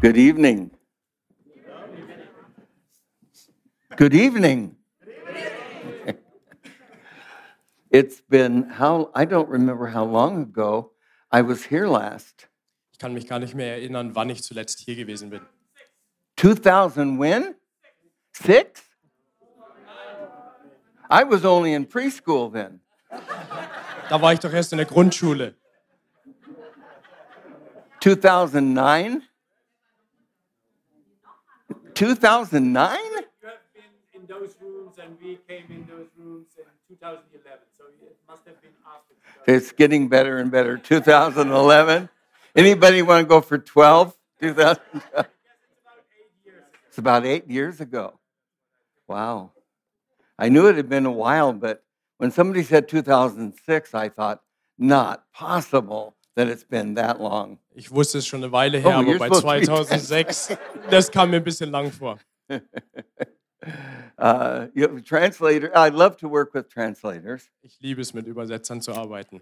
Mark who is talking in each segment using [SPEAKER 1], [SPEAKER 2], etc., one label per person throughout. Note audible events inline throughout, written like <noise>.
[SPEAKER 1] Good evening. Good evening. <laughs> It's been how, I don't remember how long ago I was here last.
[SPEAKER 2] Ich kann mich gar nicht mehr erinnern, wann ich zuletzt hier gewesen bin.
[SPEAKER 1] 2000 when? Six? I was only in preschool then.
[SPEAKER 2] Da war ich doch erst in der Grundschule.
[SPEAKER 1] 2009? 2009?
[SPEAKER 3] you have been in those rooms and we came in those rooms in 2011. So it must have been after.
[SPEAKER 1] It's getting better and better. 2011. Anybody want to go for 12? 2012. It's about eight years ago. Wow. I knew it had been a while, but when somebody said 2006, I thought, not possible that it's been that long.
[SPEAKER 2] Ich wusste es schon eine Weile
[SPEAKER 1] Oh,
[SPEAKER 2] her, aber
[SPEAKER 1] you're
[SPEAKER 2] bei
[SPEAKER 1] supposed to be
[SPEAKER 2] 2006, das kam mir ein bisschen lang vor.
[SPEAKER 1] Uh, you know, translator, I love to work with translators
[SPEAKER 2] Ich liebe es, mit Übersetzern zu arbeiten.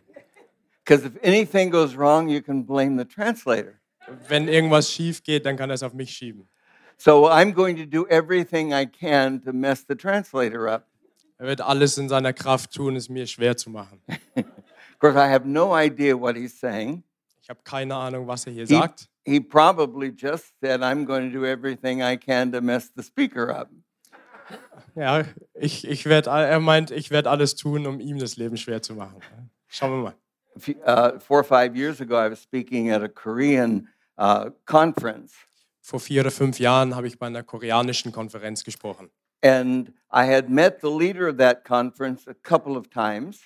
[SPEAKER 1] because if anything goes wrong, you can blame the translator.
[SPEAKER 2] Wenn irgendwas schief geht, dann kann er es auf mich schieben.
[SPEAKER 1] So I'm going to do everything I can to mess the translator up.
[SPEAKER 2] Er wird alles in seiner Kraft tun, es mir schwer zu machen.
[SPEAKER 1] Of course, I have no idea what he's saying.
[SPEAKER 2] Ich habe keine Ahnung, was er hier
[SPEAKER 1] He,
[SPEAKER 2] sagt.
[SPEAKER 1] he probably just said, I'm going to do everything I can to mess the speaker up.
[SPEAKER 2] Ja, ich, ich werd, er meint, ich werde alles tun, um ihm das Leben schwer zu machen. Schauen wir mal.
[SPEAKER 1] A few- uh, four or five years ago, I was speaking at a Korean uh, conference,
[SPEAKER 2] Vor vier oder fünf Jahren habe ich bei einer koreanischen Konferenz gesprochen.
[SPEAKER 1] and I had met the leader of that conference a couple of times,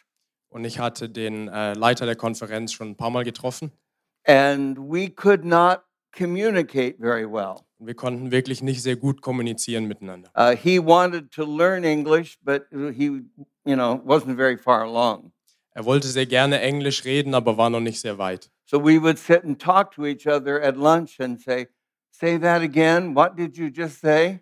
[SPEAKER 2] Und ich hatte den äh, Leiter der Konferenz schon ein paar Mal getroffen.
[SPEAKER 1] and we could not communicate very well.
[SPEAKER 2] Und wir konnten wirklich nicht sehr gut kommunizieren miteinander.
[SPEAKER 1] Uh, he wanted to learn English, but he, you know, wasn't very far along.
[SPEAKER 2] Er wollte sehr gerne Englisch reden, aber war noch nicht sehr weit.
[SPEAKER 1] So we would sit and talk to each other at lunch and say, Say that again. What did you just say?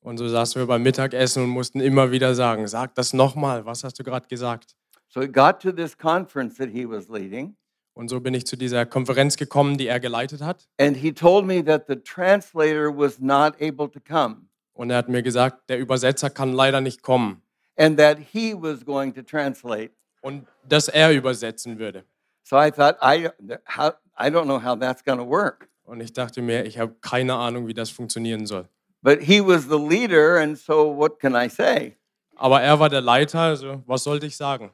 [SPEAKER 2] Und so saßen wir beim Mittagessen und mussten immer wieder sagen, sag das nochmal, was hast du gerade gesagt?
[SPEAKER 1] So it got to this conference that he was leading,
[SPEAKER 2] Und so bin ich zu dieser Konferenz gekommen, die er geleitet hat.
[SPEAKER 1] and he told me that the translator was not able to come
[SPEAKER 2] Und er hat mir gesagt, der Übersetzer kann leider nicht kommen
[SPEAKER 1] and that he was going to translate.
[SPEAKER 2] und dass er übersetzen würde.
[SPEAKER 1] So I thought, I, how, I don't know how that's going to work.
[SPEAKER 2] Und ich dachte mir, ich habe keine Ahnung, wie das funktionieren soll.
[SPEAKER 1] But he was the leader, and so what can I say?
[SPEAKER 2] Aber er war der Leiter, also was sollte ich sagen?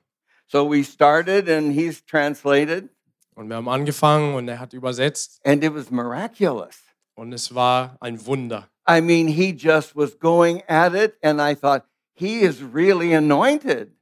[SPEAKER 1] So we started, and he's translated,
[SPEAKER 2] Und wir haben angefangen und er hat übersetzt
[SPEAKER 1] and it was miraculous.
[SPEAKER 2] und es war ein Wunder.
[SPEAKER 1] I mean, he just was going at it, and I thought, he is really anointed.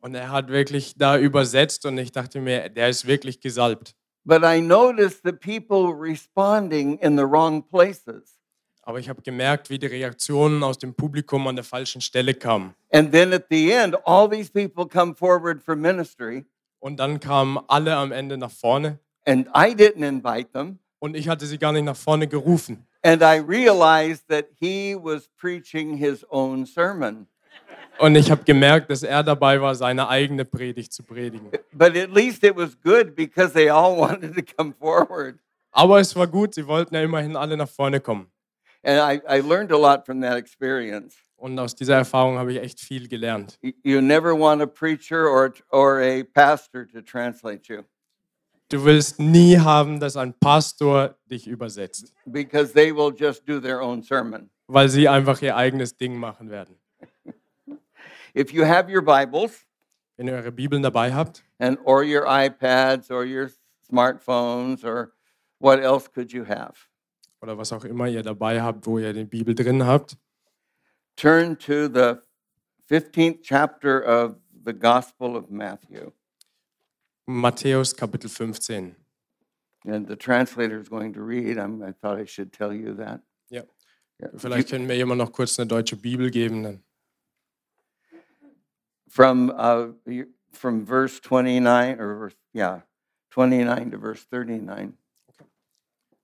[SPEAKER 2] Und er hat wirklich da übersetzt und ich dachte mir, der ist wirklich gesalbt.
[SPEAKER 1] But I noticed the people responding in the wrong places.
[SPEAKER 2] Aber ich habe gemerkt, wie die Reaktionen aus dem Publikum an der falschen Stelle kamen.
[SPEAKER 1] And then at the end, all these people come forward for ministry,
[SPEAKER 2] Und dann kamen alle am Ende nach vorne
[SPEAKER 1] and I didn't invite them.
[SPEAKER 2] und ich hatte sie gar nicht nach vorne gerufen.
[SPEAKER 1] And I realized that he was preaching his own sermon.
[SPEAKER 2] Und ich habe gemerkt, dass er dabei war, seine eigene Predigt zu predigen.
[SPEAKER 1] But at least it was good because they all <laughs> wanted to come forward.
[SPEAKER 2] Aber es war gut, sie wollten ja immerhin alle nach vorne kommen.
[SPEAKER 1] And I, I learned a lot from that experience.
[SPEAKER 2] Und aus dieser Erfahrung habe ich echt viel gelernt.
[SPEAKER 1] Y- You never want a preacher or, or a pastor to translate you
[SPEAKER 2] Du willst nie haben, dass ein Pastor dich übersetzt,
[SPEAKER 1] because they will just do their own sermon.
[SPEAKER 2] weil sie einfach ihr eigenes Ding machen werden.
[SPEAKER 1] If you have your Bibles
[SPEAKER 2] Wenn ihr eure Bibeln dabei habt,
[SPEAKER 1] and or your iPads or your smartphones or what else could you have?
[SPEAKER 2] oder was auch immer ihr dabei habt, wo ihr die Bibel drin habt,
[SPEAKER 1] Turn to the 15th chapter of the Gospel of Matthew.
[SPEAKER 2] Matthäus Kapitel 15.
[SPEAKER 1] And the translator is going to read. I'm, I thought I should tell you that.
[SPEAKER 2] Ja.
[SPEAKER 1] Yeah.
[SPEAKER 2] Vielleicht können wir jemand noch kurz eine deutsche Bibel geben. Dann.
[SPEAKER 1] from uh, you- from verse 29 or verse, yeah 29 to verse 39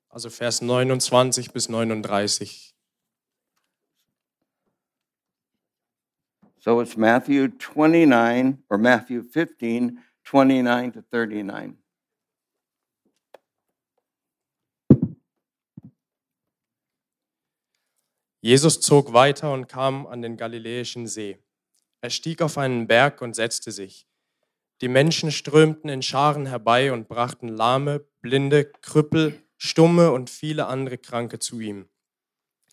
[SPEAKER 2] Also Vers 29 bis 39.
[SPEAKER 1] so it's matthew 29 or matthew 15 29 to 39
[SPEAKER 2] Jesus zog weiter und kam an den Galiläischen See. Er stieg auf einen Berg und setzte sich. Die Menschen strömten in Scharen herbei und brachten Lahme, Blinde, Krüppel, Stumme und viele andere Kranke zu ihm.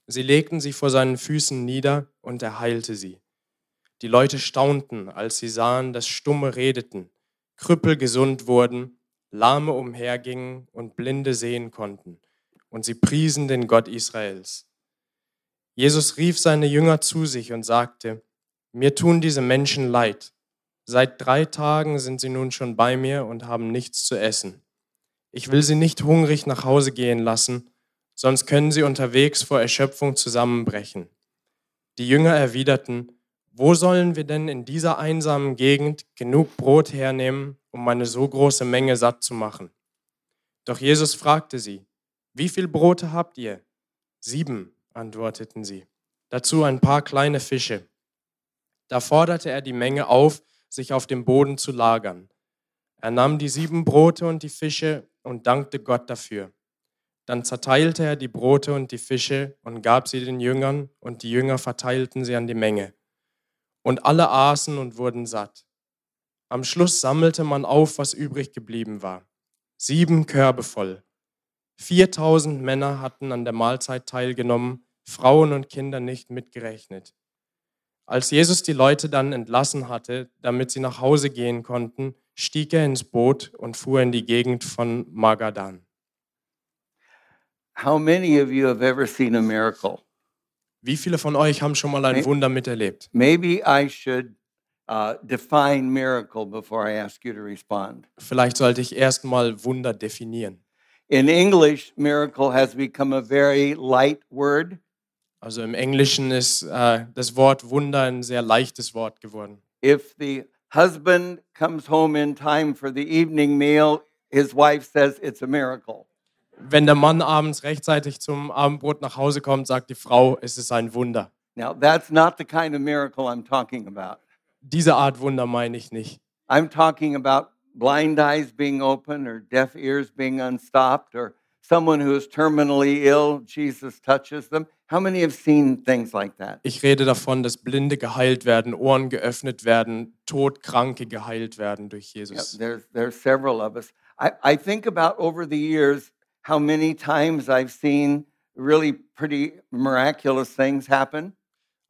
[SPEAKER 2] Sie legten sie vor seinen Füßen nieder und er heilte sie. Die Leute staunten, als sie sahen, dass Stumme redeten, Krüppel gesund wurden, Lahme umhergingen und Blinde sehen konnten. Und sie priesen den Gott Israels. Jesus rief seine Jünger zu sich und sagte, mir tun diese Menschen leid. Seit drei Tagen sind sie nun schon bei mir und haben nichts zu essen. Ich will sie nicht hungrig nach Hause gehen lassen, sonst können sie unterwegs vor Erschöpfung zusammenbrechen. Die Jünger erwiderten, wo sollen wir denn in dieser einsamen Gegend genug Brot hernehmen, um eine so große Menge satt zu machen? Doch Jesus fragte sie, wie viel Brote habt ihr? Sieben, antworteten sie, dazu ein paar kleine Fische. Da forderte er die Menge auf, sich auf dem Boden zu lagern. Er nahm die sieben Brote und die Fische und dankte Gott dafür. Dann zerteilte er die Brote und die Fische und gab sie den Jüngern, und die Jünger verteilten sie an die Menge. Und alle aßen und wurden satt. Am Schluss sammelte man auf, was übrig geblieben war. Sieben Körbe voll. Viertausend Männer hatten an der Mahlzeit teilgenommen, Frauen und Kinder nicht mitgerechnet. Als Jesus die Leute dann entlassen hatte, damit sie nach Hause gehen konnten, stieg er ins Boot und fuhr in die Gegend von Magadan.
[SPEAKER 1] How many of you have ever seen a miracle?
[SPEAKER 2] Wie viele von euch haben schon mal ein
[SPEAKER 1] Nee.
[SPEAKER 2] Wunder miterlebt?
[SPEAKER 1] Maybe I should uh, define miracle before I ask you to respond.
[SPEAKER 2] Vielleicht sollte ich erst mal Wunder definieren.
[SPEAKER 1] In English, miracle has become a very light word.
[SPEAKER 2] Also im Englischen ist äh, das Wort Wunder ein sehr leichtes Wort geworden.
[SPEAKER 1] If the husband comes home in time for the evening meal, his wife says it's a miracle.
[SPEAKER 2] Wenn der Mann abends rechtzeitig zum Abendbrot nach Hause kommt, sagt die Frau, es ist ein Wunder.
[SPEAKER 1] Now, that's not the kind of miracle I'm talking about.
[SPEAKER 2] Diese Art Wunder meine ich nicht.
[SPEAKER 1] I'm talking about blind eyes being open or deaf ears being unstopped or someone who is terminally ill, Jesus touches them. How many have seen things like that?
[SPEAKER 2] Ich rede davon, dass Blinde geheilt werden, Ohren geöffnet werden, Todkranke geheilt werden durch
[SPEAKER 1] Yep,
[SPEAKER 2] Jesus.
[SPEAKER 1] there's, there's several of us. I, I think about over the years how many times I've seen really pretty miraculous things happen.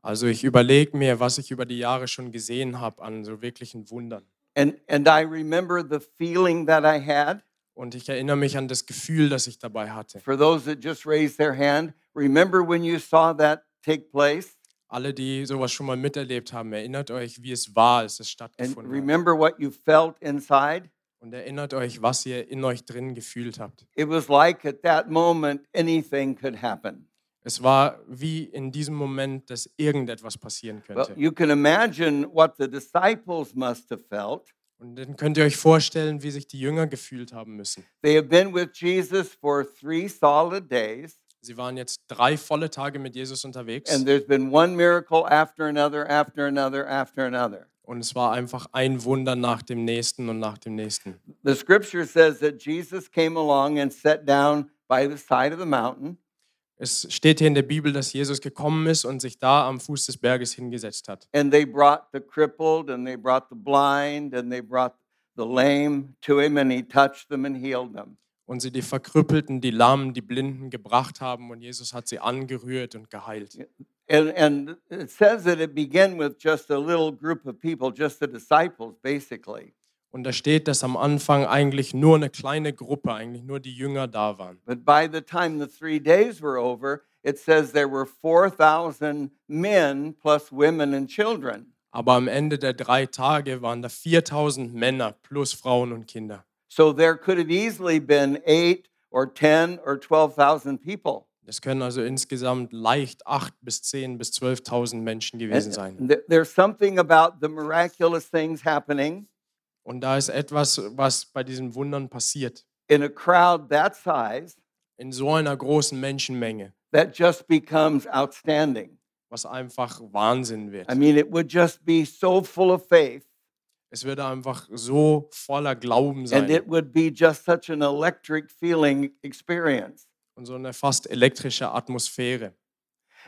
[SPEAKER 2] Also ich überlege mir, was ich über die Jahre schon gesehen habe an so wirklichen Wundern.
[SPEAKER 1] And, and I remember the feeling that I had.
[SPEAKER 2] Und ich erinnere mich an das Gefühl, das ich dabei hatte.
[SPEAKER 1] For those that just raised their hand, remember when you saw that take place?
[SPEAKER 2] Alle, die sowas schon mal miterlebt haben, erinnert euch, wie es war, als es
[SPEAKER 1] And
[SPEAKER 2] stattgefunden hat.
[SPEAKER 1] remember what you felt inside?
[SPEAKER 2] Und erinnert euch, was ihr in euch drin gefühlt habt.
[SPEAKER 1] It was like at that moment anything could happen.
[SPEAKER 2] Es war wie in diesem Moment, dass irgendetwas passieren
[SPEAKER 1] Well,
[SPEAKER 2] könnte.
[SPEAKER 1] you can imagine what the disciples must have felt.
[SPEAKER 2] Und dann könnt ihr euch vorstellen, wie sich die Jünger gefühlt haben müssen.
[SPEAKER 1] They have been with Jesus for three solid days,
[SPEAKER 2] Sie waren jetzt drei volle Tage mit Jesus unterwegs
[SPEAKER 1] and there's been one miracle after another, after another, after another.
[SPEAKER 2] und es war einfach ein Wunder nach dem nächsten und nach dem nächsten.
[SPEAKER 1] The scripture says that Jesus came along and sat down by the side of the mountain.
[SPEAKER 2] Es steht hier in der Bibel, dass Jesus gekommen ist und sich da am Fuß des Berges hingesetzt hat.
[SPEAKER 1] and they brought the crippled and they brought the blind and they brought the lame to him and he touched them and healed them
[SPEAKER 2] Und sie die Verkrüppelten, die Lahmen, die Blinden gebracht haben und Jesus hat sie angerührt und geheilt.
[SPEAKER 1] and, and it says that it began with just a little group of people just the disciples basically
[SPEAKER 2] Und da steht, dass am Anfang eigentlich nur eine kleine Gruppe, eigentlich nur die Jünger da waren.
[SPEAKER 1] but by the time the three days were over it says there were 4000 men plus women and children
[SPEAKER 2] Aber am Ende der drei Tage waren da 4000 Männer plus Frauen und Kinder.
[SPEAKER 1] so there could have easily been 8 or 10 or 12000 people
[SPEAKER 2] Das können also insgesamt leicht 8 bis 10 bis 12.000 Menschen
[SPEAKER 1] Äh,
[SPEAKER 2] gewesen sein.
[SPEAKER 1] And th- there's something about the miraculous things happening
[SPEAKER 2] Und da ist etwas, was bei diesen Wundern passiert.
[SPEAKER 1] in a crowd that size
[SPEAKER 2] In so einer großen Menschenmenge,
[SPEAKER 1] that just becomes outstanding.
[SPEAKER 2] was einfach Wahnsinn wird.
[SPEAKER 1] I mean, it would just be so full of faith
[SPEAKER 2] Es würde einfach so voller Glauben
[SPEAKER 1] and
[SPEAKER 2] sein
[SPEAKER 1] it would be just such an electric feeling experience.
[SPEAKER 2] und so eine fast elektrische Atmosphäre.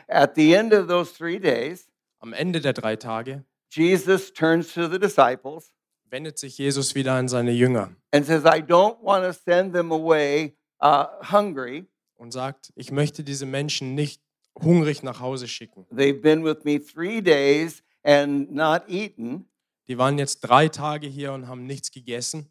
[SPEAKER 1] At the end of those three days,
[SPEAKER 2] Am Ende der drei Tage
[SPEAKER 1] Jesus turns to the disciples
[SPEAKER 2] wendet sich Jesus wieder an seine Jünger
[SPEAKER 1] and says, I don't want to send them away uh, hungry.
[SPEAKER 2] und sagt, ich möchte diese Menschen nicht hungrig nach Hause schicken.
[SPEAKER 1] They've been with me three days and not eaten.
[SPEAKER 2] Die waren jetzt drei Tage hier und haben nichts gegessen.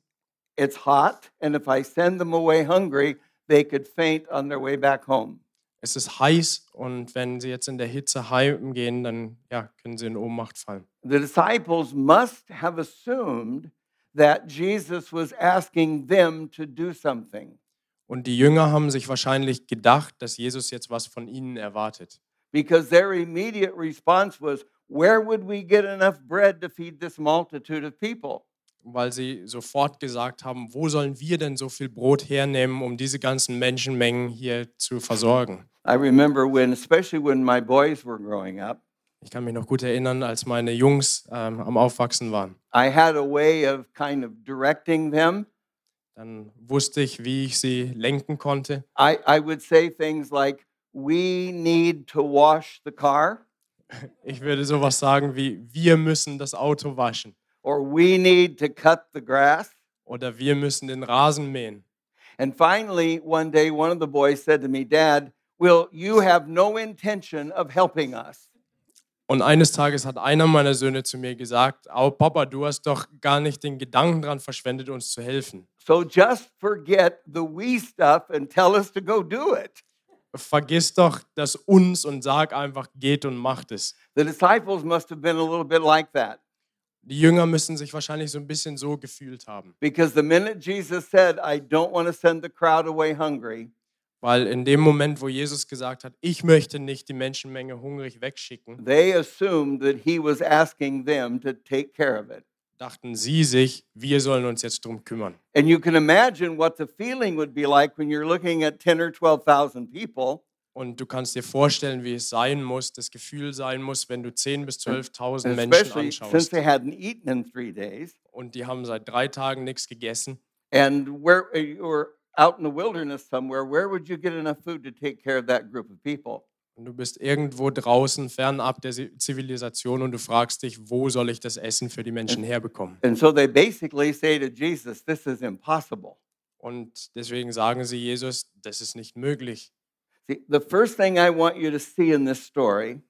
[SPEAKER 1] It's hot. And if I send them away hungry, they could faint on their way back home.
[SPEAKER 2] Es ist heiß und wenn sie jetzt in der Hitze heimgehen, dann ja, können sie in Ohnmacht fallen.
[SPEAKER 1] The disciples must have assumed that Jesus was asking them to do something
[SPEAKER 2] Und die Jünger haben sich wahrscheinlich gedacht, dass Jesus jetzt was von ihnen erwartet.
[SPEAKER 1] because their immediate response was, Where would we get enough bread to feed this multitude of people?
[SPEAKER 2] weil sie sofort gesagt haben, wo sollen wir denn so viel Brot hernehmen, um diese ganzen Menschenmengen hier zu versorgen?
[SPEAKER 1] I remember when, especially when my boys were growing up,
[SPEAKER 2] Ich kann mich noch gut erinnern, als meine Jungs ähm, am Aufwachsen waren.
[SPEAKER 1] I had a way of kind of directing them.
[SPEAKER 2] Dann wusste ich, wie ich sie lenken konnte.
[SPEAKER 1] I, I would say things like, We need to wash the car,
[SPEAKER 2] Ich würde sowas sagen wie, wir müssen das Auto waschen
[SPEAKER 1] or we need to cut the grass.
[SPEAKER 2] oder wir müssen den Rasen mähen.
[SPEAKER 1] And finally, one day, one of the boys said to me, Dad, Will, you have no intention of helping us.
[SPEAKER 2] Und eines Tages hat einer meiner Söhne zu mir gesagt, oh Papa, du hast doch gar nicht den Gedanken dran verschwendet, uns zu helfen.
[SPEAKER 1] So just forget the we stuff and tell us to go do it.
[SPEAKER 2] Vergiss doch das uns und sag einfach, geht und macht es.
[SPEAKER 1] The disciples must have been a little bit like that
[SPEAKER 2] Die Jünger müssen sich wahrscheinlich so ein bisschen so gefühlt haben,
[SPEAKER 1] because the minute Jesus said, I don't want to send the crowd away hungry,
[SPEAKER 2] weil in dem Moment, wo Jesus gesagt hat, ich möchte nicht die Menschenmenge hungrig wegschicken,
[SPEAKER 1] they assumed that he was asking them to take care of it.
[SPEAKER 2] dachten sie sich, wir sollen uns jetzt drum kümmern.
[SPEAKER 1] And you can imagine what the feeling would be like when you're looking at 10 or 12,000 people
[SPEAKER 2] Und du kannst dir vorstellen, wie es sein muss, das Gefühl sein muss, wenn du 10.000 bis 12.000 Menschen
[SPEAKER 1] Äh, especially since
[SPEAKER 2] anschaust
[SPEAKER 1] they hadn't eaten in 3 days
[SPEAKER 2] und die haben seit drei Tagen nichts gegessen
[SPEAKER 1] and where or out in the wilderness somewhere where would you get enough food to take care of that group of people?
[SPEAKER 2] und du bist irgendwo draußen, fernab der Si- Zivilisation und du fragst dich, wo soll ich das Essen für die Menschen herbekommen?
[SPEAKER 1] And so they basically say to Jesus, this is impossible.
[SPEAKER 2] Und deswegen sagen sie Jesus, das ist nicht möglich.
[SPEAKER 1] See, the first thing I want you to see in this story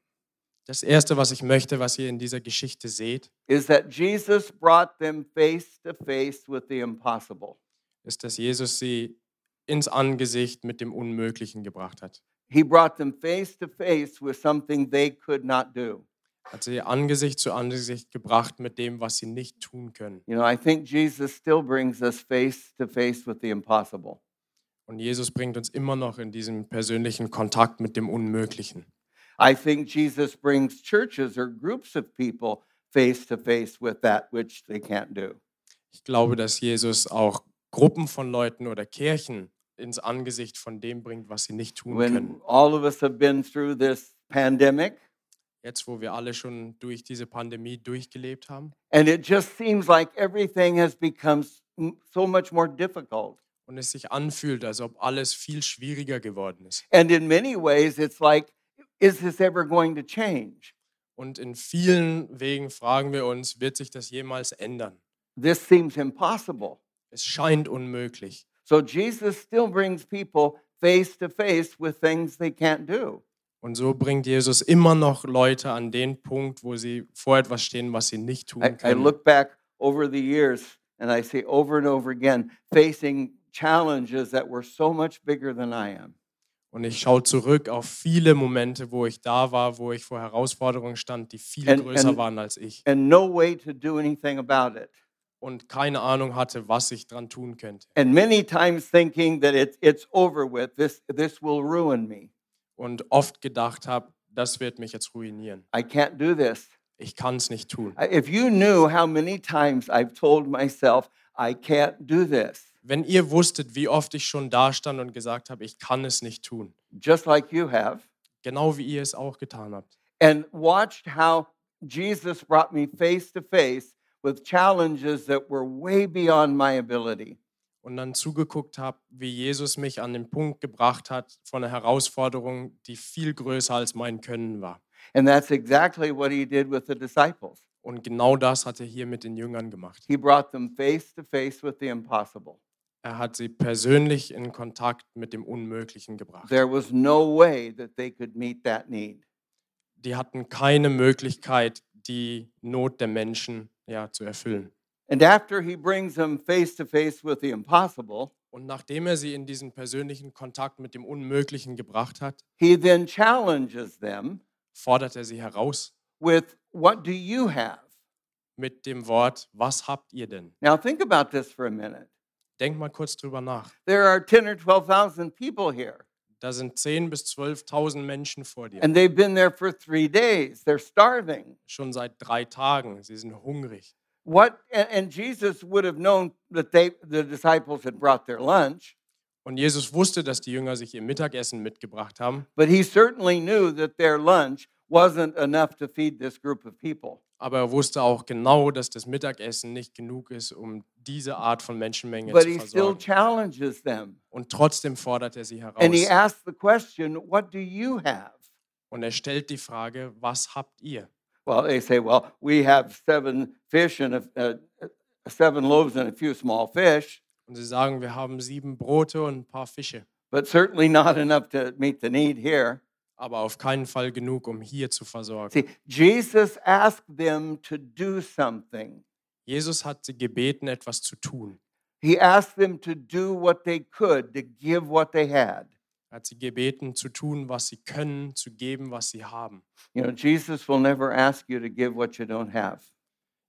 [SPEAKER 2] Das Erste, was ich möchte, was ihr in dieser Geschichte seht,
[SPEAKER 1] is that Jesus brought them face to face with the impossible.
[SPEAKER 2] ist, dass Jesus sie ins Angesicht mit dem Unmöglichen gebracht hat.
[SPEAKER 1] He brought them face to face with something they could not do.
[SPEAKER 2] Hat sie Angesicht zu Angesicht gebracht mit dem, was sie nicht tun können.
[SPEAKER 1] You know, I think Jesus still brings us face to face with the impossible.
[SPEAKER 2] Und Jesus bringt uns immer noch in diesen persönlichen Kontakt mit dem Unmöglichen.
[SPEAKER 1] I think Jesus brings churches or groups of people face to face with that which they can't do.
[SPEAKER 2] Ich glaube, dass Jesus auch Gruppen von Leuten oder Kirchen ins Angesicht von dem bringt, was sie nicht tun
[SPEAKER 1] When
[SPEAKER 2] können.
[SPEAKER 1] all of us have been through this pandemic,
[SPEAKER 2] Jetzt, wo wir alle schon durch diese Pandemie durchgelebt haben.
[SPEAKER 1] and it just seems like everything has become s- m- so much more difficult.
[SPEAKER 2] und es sich anfühlt, als ob alles viel schwieriger geworden ist.
[SPEAKER 1] And in many ways, it's like, is this ever going to change?
[SPEAKER 2] Und in vielen Wegen fragen wir uns, wird sich das jemals ändern?
[SPEAKER 1] This seems impossible.
[SPEAKER 2] Es scheint unmöglich.
[SPEAKER 1] So Jesus still brings people face to face with things they can't do.
[SPEAKER 2] Und so bringt Jesus immer noch Leute an den Punkt, wo sie vor etwas stehen, was sie nicht
[SPEAKER 1] I,
[SPEAKER 2] tun
[SPEAKER 1] I
[SPEAKER 2] können.
[SPEAKER 1] look back over the years and I see over and over again facing challenges that were so much bigger than I am.
[SPEAKER 2] Und ich schaue zurück auf viele Momente, wo ich da war, wo ich vor Herausforderungen stand, die viel
[SPEAKER 1] And-
[SPEAKER 2] größer
[SPEAKER 1] and-
[SPEAKER 2] waren als ich
[SPEAKER 1] And no way to do anything about it.
[SPEAKER 2] und keine Ahnung hatte, was ich dran tun könnte.
[SPEAKER 1] And many times thinking that it, it's over with, this, this will ruin me.
[SPEAKER 2] Und oft gedacht habe, das wird mich jetzt ruinieren.
[SPEAKER 1] I can't do this.
[SPEAKER 2] Ich kann es nicht tun.
[SPEAKER 1] I- If you knew how many times I've told myself, I can't do this,
[SPEAKER 2] Wenn ihr wusstet, wie oft ich schon da stand und gesagt habe, ich kann es nicht tun,
[SPEAKER 1] just like you have,
[SPEAKER 2] genau wie ihr es auch getan habt,
[SPEAKER 1] and watched how Jesus brought me face to face with challenges that were way beyond my ability.
[SPEAKER 2] und dann zugeguckt habe, wie Jesus mich an den Punkt gebracht hat von einer Herausforderung, die viel größer als mein Können war.
[SPEAKER 1] And that's exactly what he did with the disciples.
[SPEAKER 2] Und genau das hat er hier mit den Jüngern gemacht.
[SPEAKER 1] He brought them face to face with the impossible.
[SPEAKER 2] Er hat sie persönlich in Kontakt mit dem Unmöglichen gebracht.
[SPEAKER 1] There was no way that they could meet that need.
[SPEAKER 2] Die hatten keine Möglichkeit, die Not der Menschen ja, zu erfüllen.
[SPEAKER 1] And after he brings them face to face with the impossible,
[SPEAKER 2] Und nachdem er sie in diesen persönlichen Kontakt mit dem Unmöglichen gebracht hat,
[SPEAKER 1] he then challenges them
[SPEAKER 2] fordert er sie heraus
[SPEAKER 1] with, What do you have?
[SPEAKER 2] mit dem Wort, was habt ihr denn?
[SPEAKER 1] Now, think about this for a minute.
[SPEAKER 2] Denk mal kurz drüber nach.
[SPEAKER 1] There are 10 or 12,000 people here,
[SPEAKER 2] Da sind 10.000 bis 12.000 Menschen vor dir.
[SPEAKER 1] and they've been there for three days. They're starving.
[SPEAKER 2] Schon seit drei Tagen. Sie sind hungrig.
[SPEAKER 1] What, and, and Jesus would have known that they, the disciples had brought their lunch,
[SPEAKER 2] Und Jesus wusste, dass die Jünger sich ihr Mittagessen mitgebracht haben,
[SPEAKER 1] but he certainly knew that their lunch wasn't enough to feed this group of people.
[SPEAKER 2] aber er wusste auch genau, dass das Mittagessen nicht genug ist, um diese Art von Menschenmenge
[SPEAKER 1] But
[SPEAKER 2] zu
[SPEAKER 1] he still
[SPEAKER 2] versorgen.
[SPEAKER 1] challenges them.
[SPEAKER 2] Und trotzdem fordert er sie
[SPEAKER 1] And he
[SPEAKER 2] heraus.
[SPEAKER 1] asks the question, What do you have?
[SPEAKER 2] Und er stellt die Frage, was habt ihr?
[SPEAKER 1] Well, they say, Well, we have seven fish and a, uh, uh, seven loaves and a few small fish,
[SPEAKER 2] Und sie sagen, wir haben sieben Brote und ein paar Fische,
[SPEAKER 1] but certainly not enough to meet the need here.
[SPEAKER 2] aber auf keinen Fall genug, um hier zu versorgen.
[SPEAKER 1] See, Jesus asked them to do something.
[SPEAKER 2] Jesus hat sie gebeten, etwas zu tun.
[SPEAKER 1] He asked them to do what they could to give what they had.
[SPEAKER 2] Er hat sie gebeten, zu tun, was sie können, zu geben, was sie haben.
[SPEAKER 1] You know, Jesus will never ask you to give what you don't have,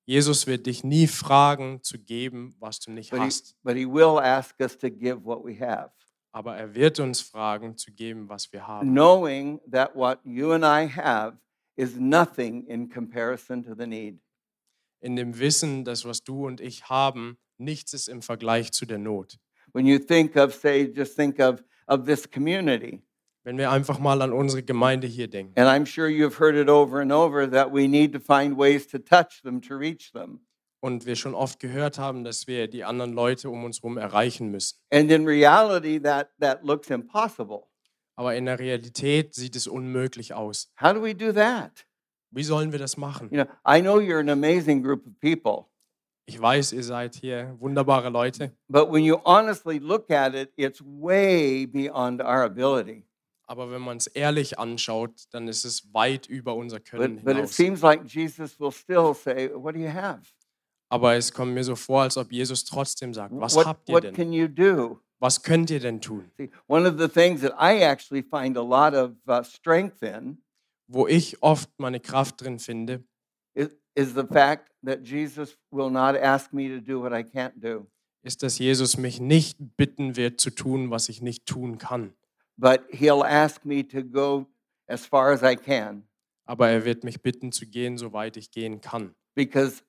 [SPEAKER 2] Jesus wird dich nie fragen, zu geben, was du nicht
[SPEAKER 1] but he,
[SPEAKER 2] hast,
[SPEAKER 1] but he will ask us to give what we have,
[SPEAKER 2] aber er wird uns fragen, zu geben, was wir haben.
[SPEAKER 1] knowing that what you and I have is nothing in comparison to the need.
[SPEAKER 2] In dem Wissen, dass was du und ich haben, nichts ist im Vergleich zu der Not.
[SPEAKER 1] When you think of, say, just think of, of this community,
[SPEAKER 2] Wenn wir einfach mal an unsere Gemeinde hier denken.
[SPEAKER 1] and I'm sure you've heard it over and over that we need to find ways to touch them, to reach them.
[SPEAKER 2] Und wir schon oft gehört haben, dass wir die anderen Leute um uns herum erreichen müssen.
[SPEAKER 1] And in reality, that, that looks impossible.
[SPEAKER 2] Aber in der Realität sieht es unmöglich aus.
[SPEAKER 1] How do we do that?
[SPEAKER 2] Wie sollen wir das machen?
[SPEAKER 1] You know, I know you're an amazing group of people,
[SPEAKER 2] Ich weiß, ihr seid hier wunderbare Leute,
[SPEAKER 1] but when you honestly look at it, it's way beyond our ability.
[SPEAKER 2] aber wenn man es ehrlich anschaut, dann ist es weit über unser Können
[SPEAKER 1] But, but it
[SPEAKER 2] hinaus.
[SPEAKER 1] seems like Jesus will still say, What do you have?
[SPEAKER 2] Aber es kommt mir so vor, als ob Jesus trotzdem sagt, was
[SPEAKER 1] what
[SPEAKER 2] habt ihr
[SPEAKER 1] what
[SPEAKER 2] denn?
[SPEAKER 1] can you do?
[SPEAKER 2] Was könnt ihr denn tun?
[SPEAKER 1] See, one of the things that I actually find a lot of uh, strength in
[SPEAKER 2] Wo ich oft meine Kraft drin finde,
[SPEAKER 1] is, is the fact that Jesus will not ask me to do what I can't do,
[SPEAKER 2] ist, dass Jesus mich nicht bitten wird zu tun, was ich nicht tun kann.
[SPEAKER 1] but he'll ask me to go as far as I can.
[SPEAKER 2] Aber er wird mich bitten zu gehen, soweit ich gehen kann,
[SPEAKER 1] because